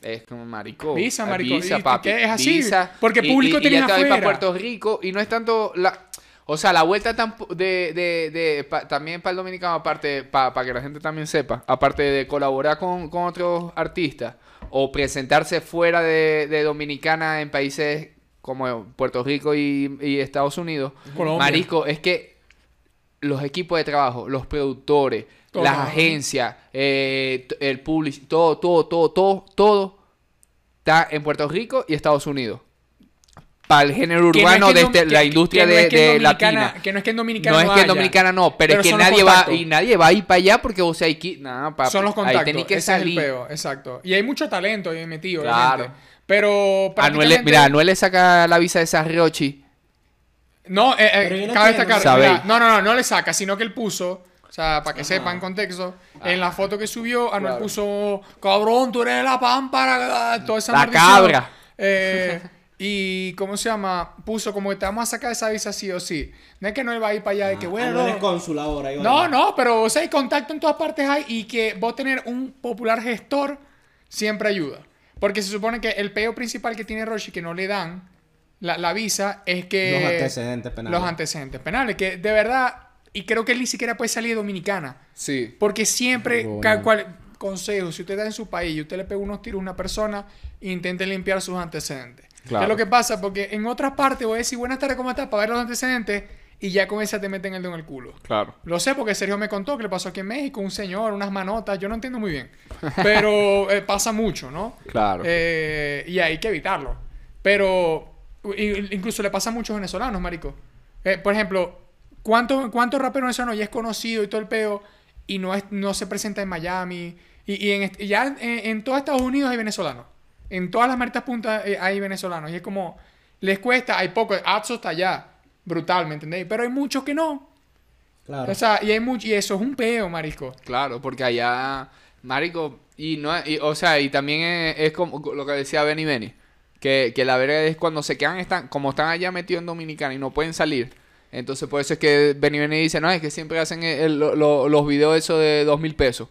Speaker 1: es como marico.
Speaker 3: Visa,
Speaker 1: eh,
Speaker 3: marico,
Speaker 1: Visa,
Speaker 3: ¿y
Speaker 1: papi.
Speaker 3: qué es así?
Speaker 1: visa,
Speaker 3: Porque público
Speaker 1: y, y
Speaker 3: tienen
Speaker 1: ya te vas
Speaker 3: afuera.
Speaker 1: para Puerto Rico y no es tanto la... O sea, la vuelta tampo- de, de, de- pa- también para el dominicano, aparte, para que la gente también sepa, aparte de colaborar con, con otros artistas o presentarse fuera de, de Dominicana en países como Puerto Rico y, y Estados Unidos,
Speaker 3: Colombia.
Speaker 1: Marico, es que los equipos de trabajo, los productores,
Speaker 3: Todo.
Speaker 1: las agencias, eh, t- el public, todo, todo, todo, todo, todo está en Puerto Rico y Estados Unidos. Para el género
Speaker 3: Que no es
Speaker 1: urbano
Speaker 3: que
Speaker 1: de
Speaker 3: no-
Speaker 1: este-
Speaker 3: que-
Speaker 1: la
Speaker 3: que-
Speaker 1: industria
Speaker 3: que no
Speaker 1: de,
Speaker 3: es que
Speaker 1: de
Speaker 3: en Dominicana-
Speaker 1: latina.
Speaker 3: Que no es que en Dominicana
Speaker 1: No es que en
Speaker 3: haya,
Speaker 1: Dominicana no, pero, es que
Speaker 3: son los
Speaker 1: nadie va
Speaker 3: contactos.
Speaker 1: y nadie va a ir para allá porque o sea, hay que, nada, papi,
Speaker 3: Son los
Speaker 1: ahí
Speaker 3: contactos.
Speaker 1: tenés que
Speaker 3: ese
Speaker 1: salir.
Speaker 3: es el peo, exacto. Y hay mucho talento ahí metido,
Speaker 1: Claro.
Speaker 3: obviamente. Pero
Speaker 1: Anuel, le-
Speaker 3: prácticamente-
Speaker 1: mira, Anuel le saca la visa de esa Rochi.
Speaker 3: No, eh, eh,
Speaker 2: Pero yo no
Speaker 3: cabe
Speaker 2: entiendo.
Speaker 3: destacar. mira,
Speaker 1: Sabéis.
Speaker 3: no, no, no, no le saca, sino que él puso. O sea, para que sepan contexto, en la foto que subió, Anuel
Speaker 1: Ah. Claro.
Speaker 3: puso, cabrón, tú eres la pámpara, ah, toda esa
Speaker 1: La
Speaker 3: maldición".
Speaker 1: cabra.
Speaker 3: Eh, y, ¿cómo se llama? Puso como que te vamos a sacar esa visa sí o sí. No es que no él va a ir para allá, de que bueno.
Speaker 2: Ah, no eres cónsul ahora. yo-
Speaker 3: No, no, pero o sea, hay contacto en todas partes hay y que vos tener un popular gestor siempre ayuda. Porque se supone que el peo principal que tiene Roshi que no le dan la, la visa es que...
Speaker 2: Los antecedentes penales.
Speaker 3: Los antecedentes penales, que de verdad, y creo que él ni siquiera puede salir de Dominicana.
Speaker 1: Sí.
Speaker 3: Porque siempre,
Speaker 2: Bueno.
Speaker 3: ca- cual- consejo, si usted está en su país y usted le pega unos tiros a una persona, intente limpiar sus antecedentes.
Speaker 1: Claro.
Speaker 3: Es lo que pasa, porque en otras partes voy a decir, buenas tardes, ¿cómo estás? Para ver los antecedentes y ya con esa te meten el dedo en el culo.
Speaker 1: Claro.
Speaker 3: Lo sé porque Sergio me contó que le pasó aquí en México un señor, unas manotas, yo no entiendo muy bien. Pero eh, pasa mucho, ¿no?
Speaker 1: Claro.
Speaker 3: Eh, y hay que evitarlo. Pero i- incluso le pasa a muchos venezolanos, marico. Eh, por ejemplo, ¿cuántos cuánto rapero venezolano ya es conocido y todo el peo y no, es, no se presenta en Miami? Y, y en, est- y ya en, en todo Estados Unidos hay venezolanos. En todas las martas puntas eh, hay venezolanos. Y es como, les cuesta, hay poco. Atso está allá, brutal, ¿me entendéis? Pero hay muchos que no.
Speaker 2: Claro.
Speaker 3: O sea, y hay mucho, y eso es un peo, marisco.
Speaker 1: Claro, porque allá, marico, y no, y, o sea, y también es, es como lo que decía Benny Benny, que, que la verga es cuando se quedan, están, como están allá metidos en Dominicana y no pueden salir, entonces por eso es que Benny Benny dice, no, es que siempre hacen el- el- lo- lo- los videos esos de dos mil pesos.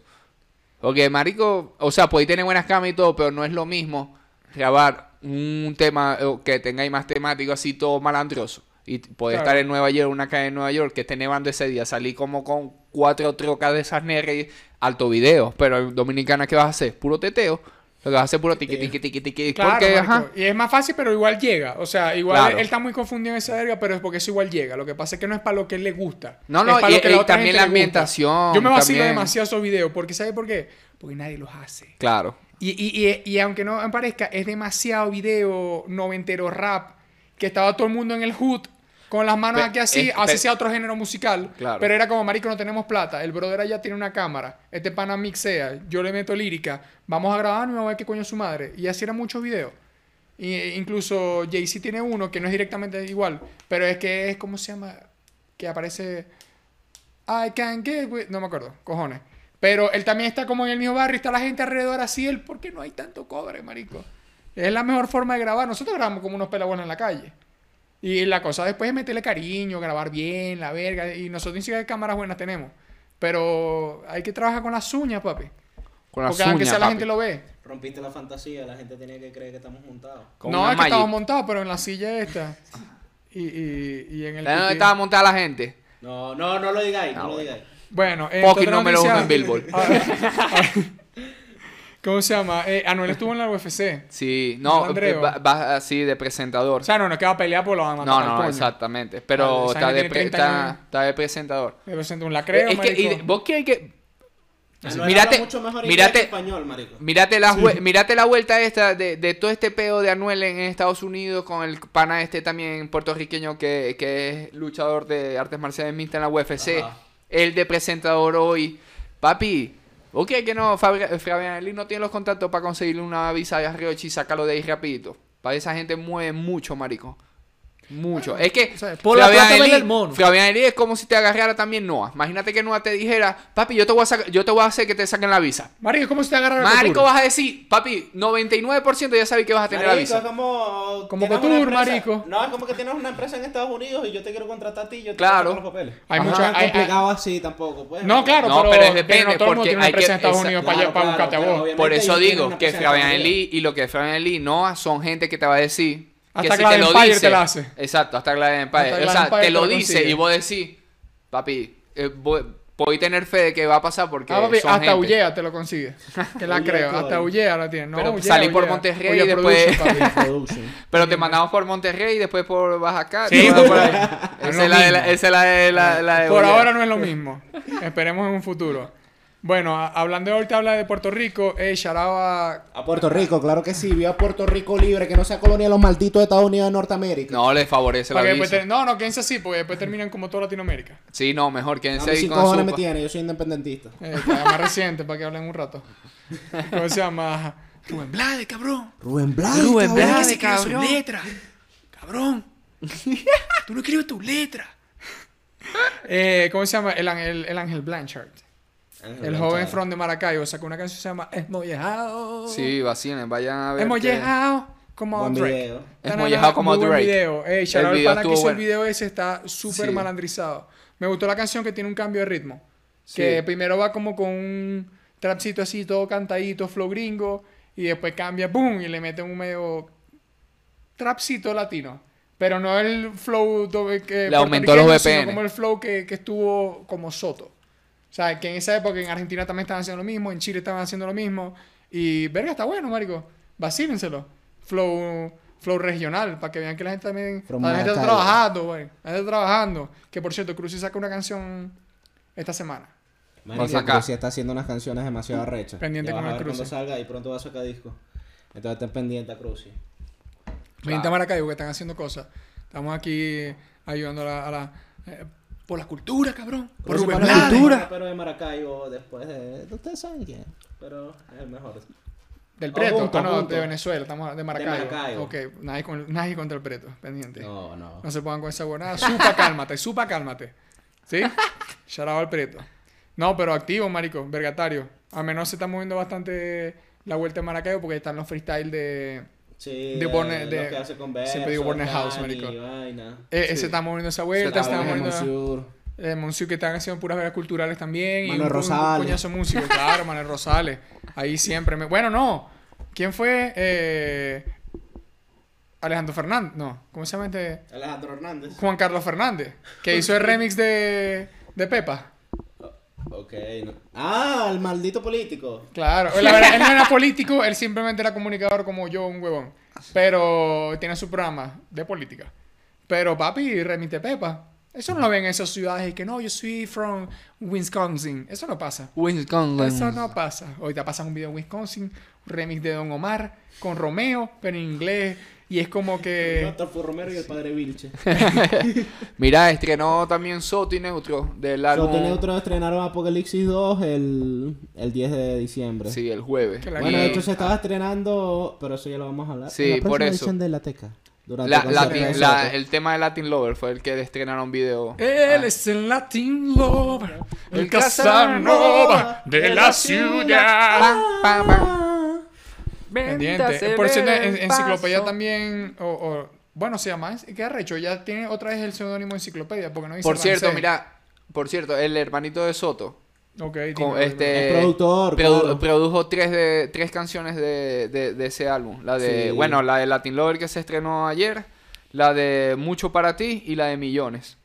Speaker 1: Porque, marico, o sea, podéis tener buenas camas y todo, pero no es lo mismo grabar un tema eh, que tengáis más temático así todo malandroso. Y t- poder
Speaker 3: Claro.
Speaker 1: estar en Nueva York, una calle de Nueva York, que esté nevando ese día. Salí como con cuatro trocas de esas negras y alto video. Pero en Dominicana, ¿qué vas a hacer? Puro teteo. Lo que vas a hacer es puro tiqui, tiqui, tiqui, tiqui.
Speaker 3: Claro,
Speaker 1: porque,
Speaker 3: marico.
Speaker 1: ajá.
Speaker 3: Y es más fácil, pero igual llega. O sea, igual
Speaker 1: Claro.
Speaker 3: él está muy confundido en esa verga, pero es porque eso igual llega. Lo que pasa es que no es para lo que él le gusta.
Speaker 1: No, no,
Speaker 3: es pa'
Speaker 1: y-
Speaker 3: lo que
Speaker 1: y
Speaker 3: otra
Speaker 1: también
Speaker 3: gente
Speaker 1: la
Speaker 3: le gusta.
Speaker 1: ambientación,
Speaker 3: Yo me vacilo
Speaker 1: también.
Speaker 3: demasiado esos videos, porque ¿sabe por qué? Porque nadie los hace.
Speaker 1: Claro.
Speaker 3: Y, y- y- y aunque no parezca, es demasiado video noventero rap, que estaba todo el mundo en el hood con las manos
Speaker 1: Pe-
Speaker 3: aquí así,
Speaker 1: es-
Speaker 3: así
Speaker 1: pe-
Speaker 3: sea otro género musical,
Speaker 1: Claro.
Speaker 3: pero era como, marico, no tenemos plata, el brother allá tiene una cámara, este pana mixea, yo le meto lírica, vamos a grabar y vamos a ver qué coño es su madre, y así eran muchos videos. Y, eh, incluso Jay-Z tiene uno que no es directamente igual, pero es que es, ¿cómo se llama? Que aparece... I can get with... No me acuerdo, cojones. Pero él también está como en el mismo barrio, está la gente alrededor así, él, ¿por qué no hay tanto cobre, marico? Es la mejor forma de grabar. Nosotros grabamos como unos pelabuenos en la calle. Y la cosa después es meterle cariño, grabar bien, la verga. Y nosotros ni siquiera cámaras buenas tenemos. Pero hay que trabajar con las uñas, papi.
Speaker 1: Con las
Speaker 3: Porque aunque
Speaker 1: uñas,
Speaker 3: sea la
Speaker 1: papi.
Speaker 3: gente lo ve.
Speaker 2: Rompiste la fantasía, la gente tenía que creer que estamos juntados.
Speaker 1: Con
Speaker 3: no,
Speaker 1: una
Speaker 3: es que estaba
Speaker 1: Magic.
Speaker 3: montado, pero en la silla esta. Y, y, y en el...
Speaker 1: ¿Sabes dónde
Speaker 3: pipi.
Speaker 1: estaba montada la gente?
Speaker 2: No, no, no lo digáis, no,
Speaker 1: Ah,
Speaker 2: lo
Speaker 1: bueno.
Speaker 2: digáis.
Speaker 3: Bueno, eh,
Speaker 1: Fucking
Speaker 3: otra
Speaker 1: número
Speaker 3: noticia. Ah,
Speaker 1: uno en Billboard.
Speaker 3: ¿Cómo se llama? Eh, Anuel estuvo en la UFC.
Speaker 1: Sí, no,
Speaker 3: Andreo.
Speaker 1: eh, va- va así de presentador.
Speaker 3: O sea, no, no es que va a pelear porque lo van a matar.
Speaker 1: No,
Speaker 3: al
Speaker 1: no,
Speaker 3: coño.
Speaker 1: exactamente.
Speaker 3: Vale,
Speaker 1: Pero
Speaker 3: esa
Speaker 1: está,
Speaker 3: gente
Speaker 1: de
Speaker 3: tiene
Speaker 1: pre-
Speaker 3: 30
Speaker 1: está,
Speaker 3: años.
Speaker 1: está de presentador.
Speaker 3: Me presento un lacreo,
Speaker 1: es que, y de-
Speaker 3: marico.
Speaker 1: vos que hay que...
Speaker 2: Manuel
Speaker 1: Mírate-
Speaker 2: habla mucho mejor inglés
Speaker 1: mírate-
Speaker 2: que español, marico.
Speaker 1: Mírate la, jue- mírate la vuelta esta de, de todo este peo de Anuel en Estados Unidos con el pana este también puertorriqueño que, que es luchador de artes marciales mixtas en la UFC.
Speaker 2: Ajá.
Speaker 1: El de presentador hoy. Papi, ok que no, Fabri- Fabián Elí no tiene los contactos para conseguirle una visa de Arreochi y sacarlo de ahí rapidito. Para esa gente mueve mucho, marico. Mucho. es que
Speaker 3: o sea,
Speaker 1: por
Speaker 4: por la plata baila el mono.
Speaker 1: Fabián Elí es como si te agarrara también Noah. Imagínate que Noah te dijera, papi, yo te voy a, saca- yo te voy a hacer que te saquen la visa.
Speaker 3: Marico, ¿cómo se te agarra la
Speaker 1: Marico,
Speaker 3: cotura?
Speaker 1: vas a decir, papi, 99% ya sabes que vas a tener
Speaker 2: Marico,
Speaker 1: la
Speaker 2: es
Speaker 1: visa.
Speaker 2: como...
Speaker 3: Como
Speaker 2: tienes
Speaker 3: Couture,
Speaker 2: una empresa-
Speaker 3: marico.
Speaker 2: No, es como que tienes una empresa en Estados Unidos y yo te quiero contratar a ti y yo te
Speaker 1: Claro.
Speaker 2: saco los papeles.
Speaker 3: Hay
Speaker 2: no
Speaker 3: mucha-
Speaker 2: es tan
Speaker 3: hay- hay-
Speaker 2: complicado así tampoco, pues.
Speaker 3: No, claro,
Speaker 1: No,
Speaker 3: pero,
Speaker 1: pero es
Speaker 3: pero
Speaker 1: depende,
Speaker 3: no todo el mundo
Speaker 1: porque
Speaker 3: tiene una
Speaker 1: hay que-
Speaker 3: empresa en Estados
Speaker 1: esa-
Speaker 3: Unidos para,
Speaker 2: claro,
Speaker 3: allá- para
Speaker 2: claro,
Speaker 3: buscarte a
Speaker 2: claro,
Speaker 3: vos.
Speaker 2: obviamente.
Speaker 1: Por eso
Speaker 2: ellos
Speaker 1: digo
Speaker 2: tienen
Speaker 1: que
Speaker 2: una
Speaker 1: Fabián
Speaker 2: empresa
Speaker 1: Lee y lo que Fabián Lee no son gente que te va a decir.
Speaker 3: Hasta
Speaker 1: que
Speaker 3: Glass Empire te la hace.
Speaker 1: Exacto, hasta Glass Empire.
Speaker 3: Hasta Glass
Speaker 1: o sea,
Speaker 3: Empire
Speaker 1: te
Speaker 3: te
Speaker 1: lo
Speaker 3: lo
Speaker 1: dice
Speaker 3: consigue.
Speaker 1: y vos decís, papi, eh, voy, voy a tener fe de que va a pasar porque.
Speaker 3: Ah, papi,
Speaker 1: son
Speaker 3: hasta
Speaker 1: gente.
Speaker 3: Ullea te lo consigue. Que la
Speaker 2: Ullea
Speaker 3: creo.
Speaker 2: todo.
Speaker 3: Hasta Ullea la tiene. No,
Speaker 1: Pero
Speaker 3: Ullea,
Speaker 1: salí por
Speaker 3: Ullea.
Speaker 1: Monterrey
Speaker 3: Ullea
Speaker 1: y después-
Speaker 3: Production, papi.
Speaker 2: Production.
Speaker 1: Pero te mandamos por Monterrey y después por Baja
Speaker 3: Sí,
Speaker 1: California. por ahí. Esa es la de la- esa es la de la- la de
Speaker 3: Ah. Por
Speaker 1: Ullea.
Speaker 3: ahora no es lo mismo. Esperemos en un futuro. Bueno, a- hablando de ahorita, habla de Puerto Rico. Eh, Sharaba.
Speaker 2: A Puerto Rico, claro que sí. Viva Puerto Rico libre, que no sea colonia de los malditos de Estados Unidos de Norteamérica.
Speaker 1: No, le favorece la
Speaker 3: para que después
Speaker 1: visa.
Speaker 3: ter- No, no, quédense así, porque después terminan como toda Latinoamérica.
Speaker 1: Sí, no, mejor
Speaker 2: A
Speaker 1: quédense
Speaker 2: mí
Speaker 1: ahí
Speaker 2: sin
Speaker 1: con
Speaker 2: cojones me
Speaker 1: su.
Speaker 2: tiene, yo soy independentista.
Speaker 3: Eh, que haga más reciente para que hablen un rato. ¿Cómo se llama?
Speaker 6: Rubén Blades, cabrón.
Speaker 2: Rubén Blades.
Speaker 1: Rubén
Speaker 2: cabrón.
Speaker 6: Blades,
Speaker 1: Blades,
Speaker 6: que se escribe sus
Speaker 1: cabrón.
Speaker 6: letras. Cabrón. Tú no escribes tus letras.
Speaker 3: Eh, ¿Cómo se llama? El, an- el, el Ángel Blanchard.
Speaker 1: Ah,
Speaker 2: Ángel
Speaker 3: El
Speaker 2: Blanchard.
Speaker 3: joven From de Maracaibo sacó una canción que se llama Es Mollejao.
Speaker 1: Sí, vacilen, vayan a ver.
Speaker 3: Es
Speaker 1: que-
Speaker 3: Mollejao como
Speaker 2: Buen
Speaker 3: Drake.
Speaker 2: video.
Speaker 1: Es mollejao como
Speaker 3: Muy buen
Speaker 1: Drake.
Speaker 3: video. Eh, Ey, shout
Speaker 1: El
Speaker 3: out al
Speaker 1: video
Speaker 3: pana que
Speaker 1: estuvo
Speaker 3: hizo el
Speaker 1: bueno.
Speaker 3: video ese está súper
Speaker 1: Sí.
Speaker 3: malandrizado. Me gustó la canción que tiene un cambio de ritmo.
Speaker 1: Sí.
Speaker 3: Que primero va como con un trapcito así, todo cantadito, flow gringo. Y después cambia, boom, y le mete un medio trapcito latino. Pero no el flow doble- que
Speaker 1: Le aumentó
Speaker 3: puertorriqueño,
Speaker 1: los
Speaker 3: sino
Speaker 1: VPN.
Speaker 3: como el flow que, que estuvo como Soto. O sea, que en esa época en Argentina también estaban haciendo lo mismo, en Chile estaban haciendo lo mismo. Y verga, está bueno, marico. Vacílenselo. Flow, flow regional, para que vean que la gente también...
Speaker 2: From
Speaker 3: la gente está
Speaker 2: Maracaibo.
Speaker 3: trabajando, güey. La gente está trabajando. Que, por cierto, Cruci saca una canción esta semana.
Speaker 2: Marico,
Speaker 1: Vas acá.
Speaker 2: pero sí está haciendo unas canciones demasiado rechas.
Speaker 3: Pendiente
Speaker 2: Ya
Speaker 3: con
Speaker 2: vas a
Speaker 3: el
Speaker 2: ver Cuando
Speaker 3: cruce.
Speaker 2: salga y pronto va a sacar disco. Entonces estén pendientes a Cruci.
Speaker 3: Vente a Maracaibo, que están haciendo cosas. Estamos aquí ayudando a la... a la- eh, por las culturas, cabrón. Por
Speaker 2: Cruci
Speaker 3: Rubén
Speaker 2: para
Speaker 3: Blades.
Speaker 2: mí, Pero de Maracaibo después de... Ustedes saben quién. Pero es el mejor.
Speaker 3: Del
Speaker 2: O
Speaker 3: Preto,
Speaker 2: juntos,
Speaker 3: ah, no,
Speaker 2: juntos.
Speaker 3: de Venezuela, estamos de Maracaibo.
Speaker 2: Maracaibo.
Speaker 3: Ok, nadie, con- nadie contra el Preto, pendiente. No.
Speaker 2: No, no.
Speaker 3: se pongan con esa buena. Supa, cálmate, supa, cálmate. ¿Sí? Shout out al Preto. No, pero activo, marico, vergatario. A menos se está moviendo bastante la vuelta de Maracaibo porque están los freestyle de. eh,
Speaker 2: Sí,
Speaker 3: De Borne-
Speaker 2: lo
Speaker 3: de-
Speaker 2: que hace con
Speaker 3: siempre
Speaker 2: versos,
Speaker 3: digo Borne House,
Speaker 2: Dani,
Speaker 3: marico.
Speaker 2: vaina.
Speaker 3: Eh,
Speaker 1: Sí.
Speaker 3: Se está moviendo esa vuelta,
Speaker 1: está
Speaker 3: se está
Speaker 2: Abraham
Speaker 3: moviendo.
Speaker 2: Mansur.
Speaker 3: Eh, Monsiu que están haciendo puras veras culturales también. y
Speaker 2: Manuel
Speaker 3: un, un
Speaker 2: Rosales.
Speaker 3: coñazo de músico, claro, Manuel Rosales. Ahí siempre. me- Bueno, no. ¿Quién fue? Eh, Alejandro Fernández. No, ¿cómo se llama este?
Speaker 2: Alejandro Hernández.
Speaker 3: Juan Carlos Fernández, que hizo el remix de, de Pepa.
Speaker 2: Ok. no- Ah, el maldito político.
Speaker 3: Claro, la verdad, él no era político, él simplemente era comunicador como yo, un huevón. Pero tiene su programa de política. Pero papi, remite Pepa. Eso no lo ven en esas ciudades y que no, yo soy from Wisconsin. Eso no pasa.
Speaker 1: Wisconsin.
Speaker 3: Eso no pasa. Ahorita pasan un video en Wisconsin, un remix de Don Omar con Romeo, pero en inglés. Y es como que.
Speaker 2: Doctor Romero y el padre Vilche.
Speaker 1: Mira, estrenó también Soto y Neutro del álbum.
Speaker 2: Soto Neutro estrenaron Apocalipsis 2 el, el 10 de diciembre.
Speaker 1: Sí, el jueves.
Speaker 3: Que la-
Speaker 2: Bueno,
Speaker 1: Y
Speaker 2: de hecho se estaba estrenando, pero eso ya lo vamos a hablar.
Speaker 1: Sí,
Speaker 2: en la
Speaker 1: por
Speaker 2: próxima
Speaker 1: eso.
Speaker 2: edición de la Teca. Durante
Speaker 1: la-
Speaker 2: el concierto
Speaker 1: Latin-
Speaker 2: de
Speaker 1: la-
Speaker 2: Soto.
Speaker 1: el tema de Latin Lover fue el que estrenaron video. Ah,
Speaker 3: Él es el Latin Lover, el
Speaker 1: El
Speaker 3: Casanova de la ciudad.
Speaker 1: Pam, pam,
Speaker 3: Ah.
Speaker 1: pam.
Speaker 3: Pendiente. Por cierto, en, enciclopedia también. O, o- bueno, se llama. ¿Qué arrecho? Ya tiene otra vez el seudónimo enciclopedia, porque no dice
Speaker 1: Por cierto,
Speaker 3: Ramsés.
Speaker 1: mira, por cierto, el hermanito de Soto.
Speaker 3: Ok,
Speaker 1: con-
Speaker 3: dímelo,
Speaker 1: este,
Speaker 2: Es productor, claro.
Speaker 1: Produjo tres, de, tres canciones de, de- de ese álbum. La de,
Speaker 2: Sí.
Speaker 1: bueno, la de Latin Lover que se estrenó ayer, la de Mucho para ti y la de Millones.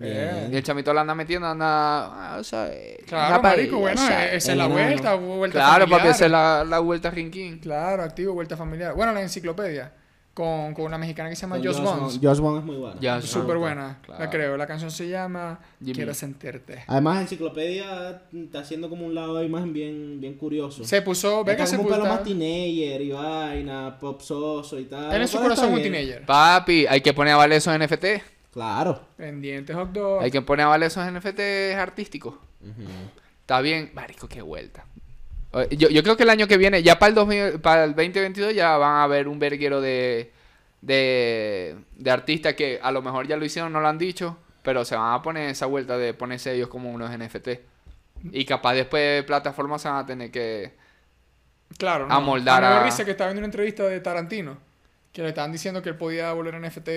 Speaker 3: Eh,
Speaker 2: Bien.
Speaker 1: Y el chamito la anda metiendo, anda. ah, o sea, eh,
Speaker 3: Claro,
Speaker 1: anda pa'
Speaker 3: marico,
Speaker 1: ahí,
Speaker 3: bueno,
Speaker 1: o sea,
Speaker 3: eh, esa es la
Speaker 2: el
Speaker 3: vuelta, vuelta
Speaker 1: Claro, papi,
Speaker 3: familiar.
Speaker 1: esa es la, la vuelta Rinquín.
Speaker 3: Claro, activo, vuelta familiar. Bueno, la enciclopedia. Con, con una mexicana que se llama
Speaker 2: Con
Speaker 3: Joss Bones.
Speaker 2: Josh Bones es muy bueno.
Speaker 1: Ya, sí.
Speaker 3: Súper buena,
Speaker 1: Claro.
Speaker 3: la creo. La canción se llama
Speaker 1: Jimmy.
Speaker 3: Quiero sentirte.
Speaker 2: Además, Enciclopedia está haciendo como un lado de imagen bien, bien curioso.
Speaker 3: Se puso,
Speaker 2: Está
Speaker 3: venga, se
Speaker 2: como un pelo
Speaker 3: puso.
Speaker 2: más teenager y vaina, pop soso y tal.
Speaker 3: Él en su
Speaker 2: lo cual está
Speaker 3: corazón un
Speaker 2: bien.
Speaker 3: teenager.
Speaker 1: Papi, hay que poner a valer esos NFT.
Speaker 2: Claro.
Speaker 3: Pendiente hot dog.
Speaker 1: Hay que poner a valer esos NFTs artísticos. Está bien, marico, qué vuelta. Eh, Yo, yo creo que el año que viene, ya para el, 2000 para el 2022, ya van a haber un verguero de, de, de artistas que a lo mejor ya lo hicieron, no lo han dicho, pero se van a poner esa vuelta de ponerse ellos como unos NFT. Y capaz después plataformas se van a tener que...
Speaker 3: Claro,
Speaker 1: a moldar
Speaker 3: Ana
Speaker 1: a-
Speaker 3: Berrice, que estaba viendo una entrevista de Tarantino, que le estaban diciendo que él podía volver en NFT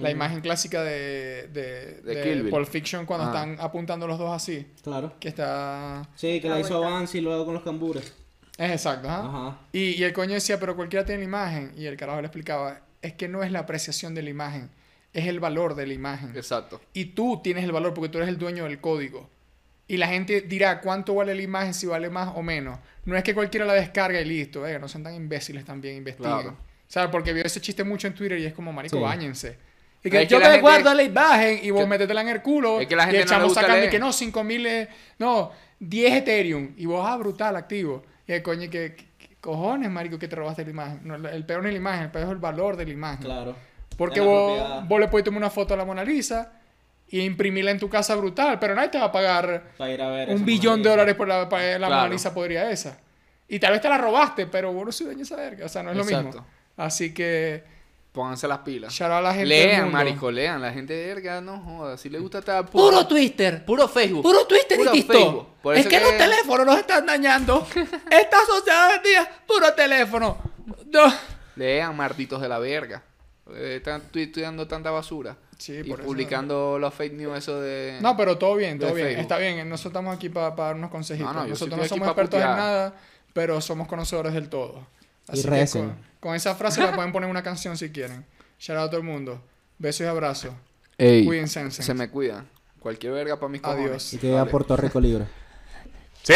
Speaker 3: la imagen clásica de, de,
Speaker 1: De
Speaker 3: de
Speaker 1: Kill Bill. Ah.
Speaker 3: Pulp Fiction cuando
Speaker 1: Ajá.
Speaker 3: están apuntando los dos así.
Speaker 2: Claro.
Speaker 3: Que está... Ah.
Speaker 2: Sí, que
Speaker 5: La
Speaker 2: la hizo
Speaker 5: vuelta.
Speaker 2: Vance y luego con los cambures.
Speaker 3: Es exacto, ajá.
Speaker 2: Ajá.
Speaker 3: Y, y el coño decía, pero cualquiera tiene la imagen. Y el carajo le explicaba, es que no es la apreciación de la imagen, es el valor de la imagen.
Speaker 1: Exacto.
Speaker 3: Y tú tienes el valor porque tú eres el dueño del código. Y la gente dirá cuánto vale la imagen, si vale más o menos. No es que cualquiera la descarga y listo. eh, no sean tan imbéciles también, investiguen.
Speaker 1: Claro.
Speaker 3: ¿Sabes? Porque veo ese chiste mucho en Twitter y es como, marico,
Speaker 2: Sí.
Speaker 3: báñense. Y
Speaker 1: Es
Speaker 3: que
Speaker 1: que
Speaker 3: yo
Speaker 1: la
Speaker 3: me
Speaker 1: gente-
Speaker 3: guardo la imagen y vos
Speaker 1: que-
Speaker 3: métetela en el culo.
Speaker 1: es que la gente
Speaker 3: y el
Speaker 1: no le
Speaker 3: chamo
Speaker 1: gusta
Speaker 3: sacando
Speaker 1: leer.
Speaker 3: y que no, 5 mil, eh, no, 10 Ethereum. Y vos, ah, brutal, activo. Y el coño, que que- que cojones, marico, que te robaste la imagen? No, el peor no es la imagen, el peor es el valor de la imagen.
Speaker 2: Claro.
Speaker 3: Porque
Speaker 2: Es la
Speaker 3: vos,
Speaker 2: propiedad.
Speaker 3: vos le puedes tomar una foto a la Mona Lisa y imprimirla en tu casa brutal, pero nadie te va a pagar
Speaker 2: Para ir a ver. esa
Speaker 3: un
Speaker 2: Mona
Speaker 3: billón
Speaker 2: Lisa.
Speaker 3: de dólares por la, para la
Speaker 1: Claro.
Speaker 3: Mona Lisa podría esa. Y tal vez te la robaste, pero uno se dueño de esa verga. O sea, no es lo mismo.
Speaker 1: Exacto.
Speaker 3: Así que,
Speaker 1: Pónganse las pilas.
Speaker 3: shout out a la gente. del
Speaker 1: Lean,
Speaker 3: mundo.
Speaker 1: marico, lean. La gente de verga no joda. Si le gusta estar
Speaker 4: Puro Twitter.
Speaker 1: Puro Facebook.
Speaker 4: Puro Twitter
Speaker 1: Puro
Speaker 4: y TikTok.
Speaker 1: Facebook. Por
Speaker 4: Es
Speaker 1: eso
Speaker 4: que, los teléfonos nos están dañando. Estas sociedades días, puro teléfono. No.
Speaker 1: Lean, martitos de la verga. Eh, Están tuiteando tanta basura.
Speaker 3: Sí,
Speaker 1: y
Speaker 3: por eso-
Speaker 1: publicando los fake news eso de...
Speaker 3: No, pero todo bien, todo
Speaker 1: de
Speaker 3: bien.
Speaker 1: Facebook.
Speaker 3: Está bien, eh, nosotros estamos aquí para para darnos consejitos.
Speaker 1: No, no, yo sí
Speaker 3: nosotros
Speaker 1: estoy
Speaker 3: no
Speaker 1: aquí
Speaker 3: somos
Speaker 1: pa'
Speaker 3: expertos en
Speaker 1: putear.
Speaker 3: nada, pero somos conocedores del todo.
Speaker 2: Y
Speaker 3: Así que
Speaker 2: recen.
Speaker 3: con, con esa frase la pueden poner en una canción si quieren. Shout out a todo el mundo. Besos y abrazos.
Speaker 1: Ey,
Speaker 3: Cuídense.
Speaker 1: se me cuidan. Cualquier verga para mis cojones.
Speaker 3: Adiós.
Speaker 2: Y que a Puerto Rico libre.
Speaker 1: Sí.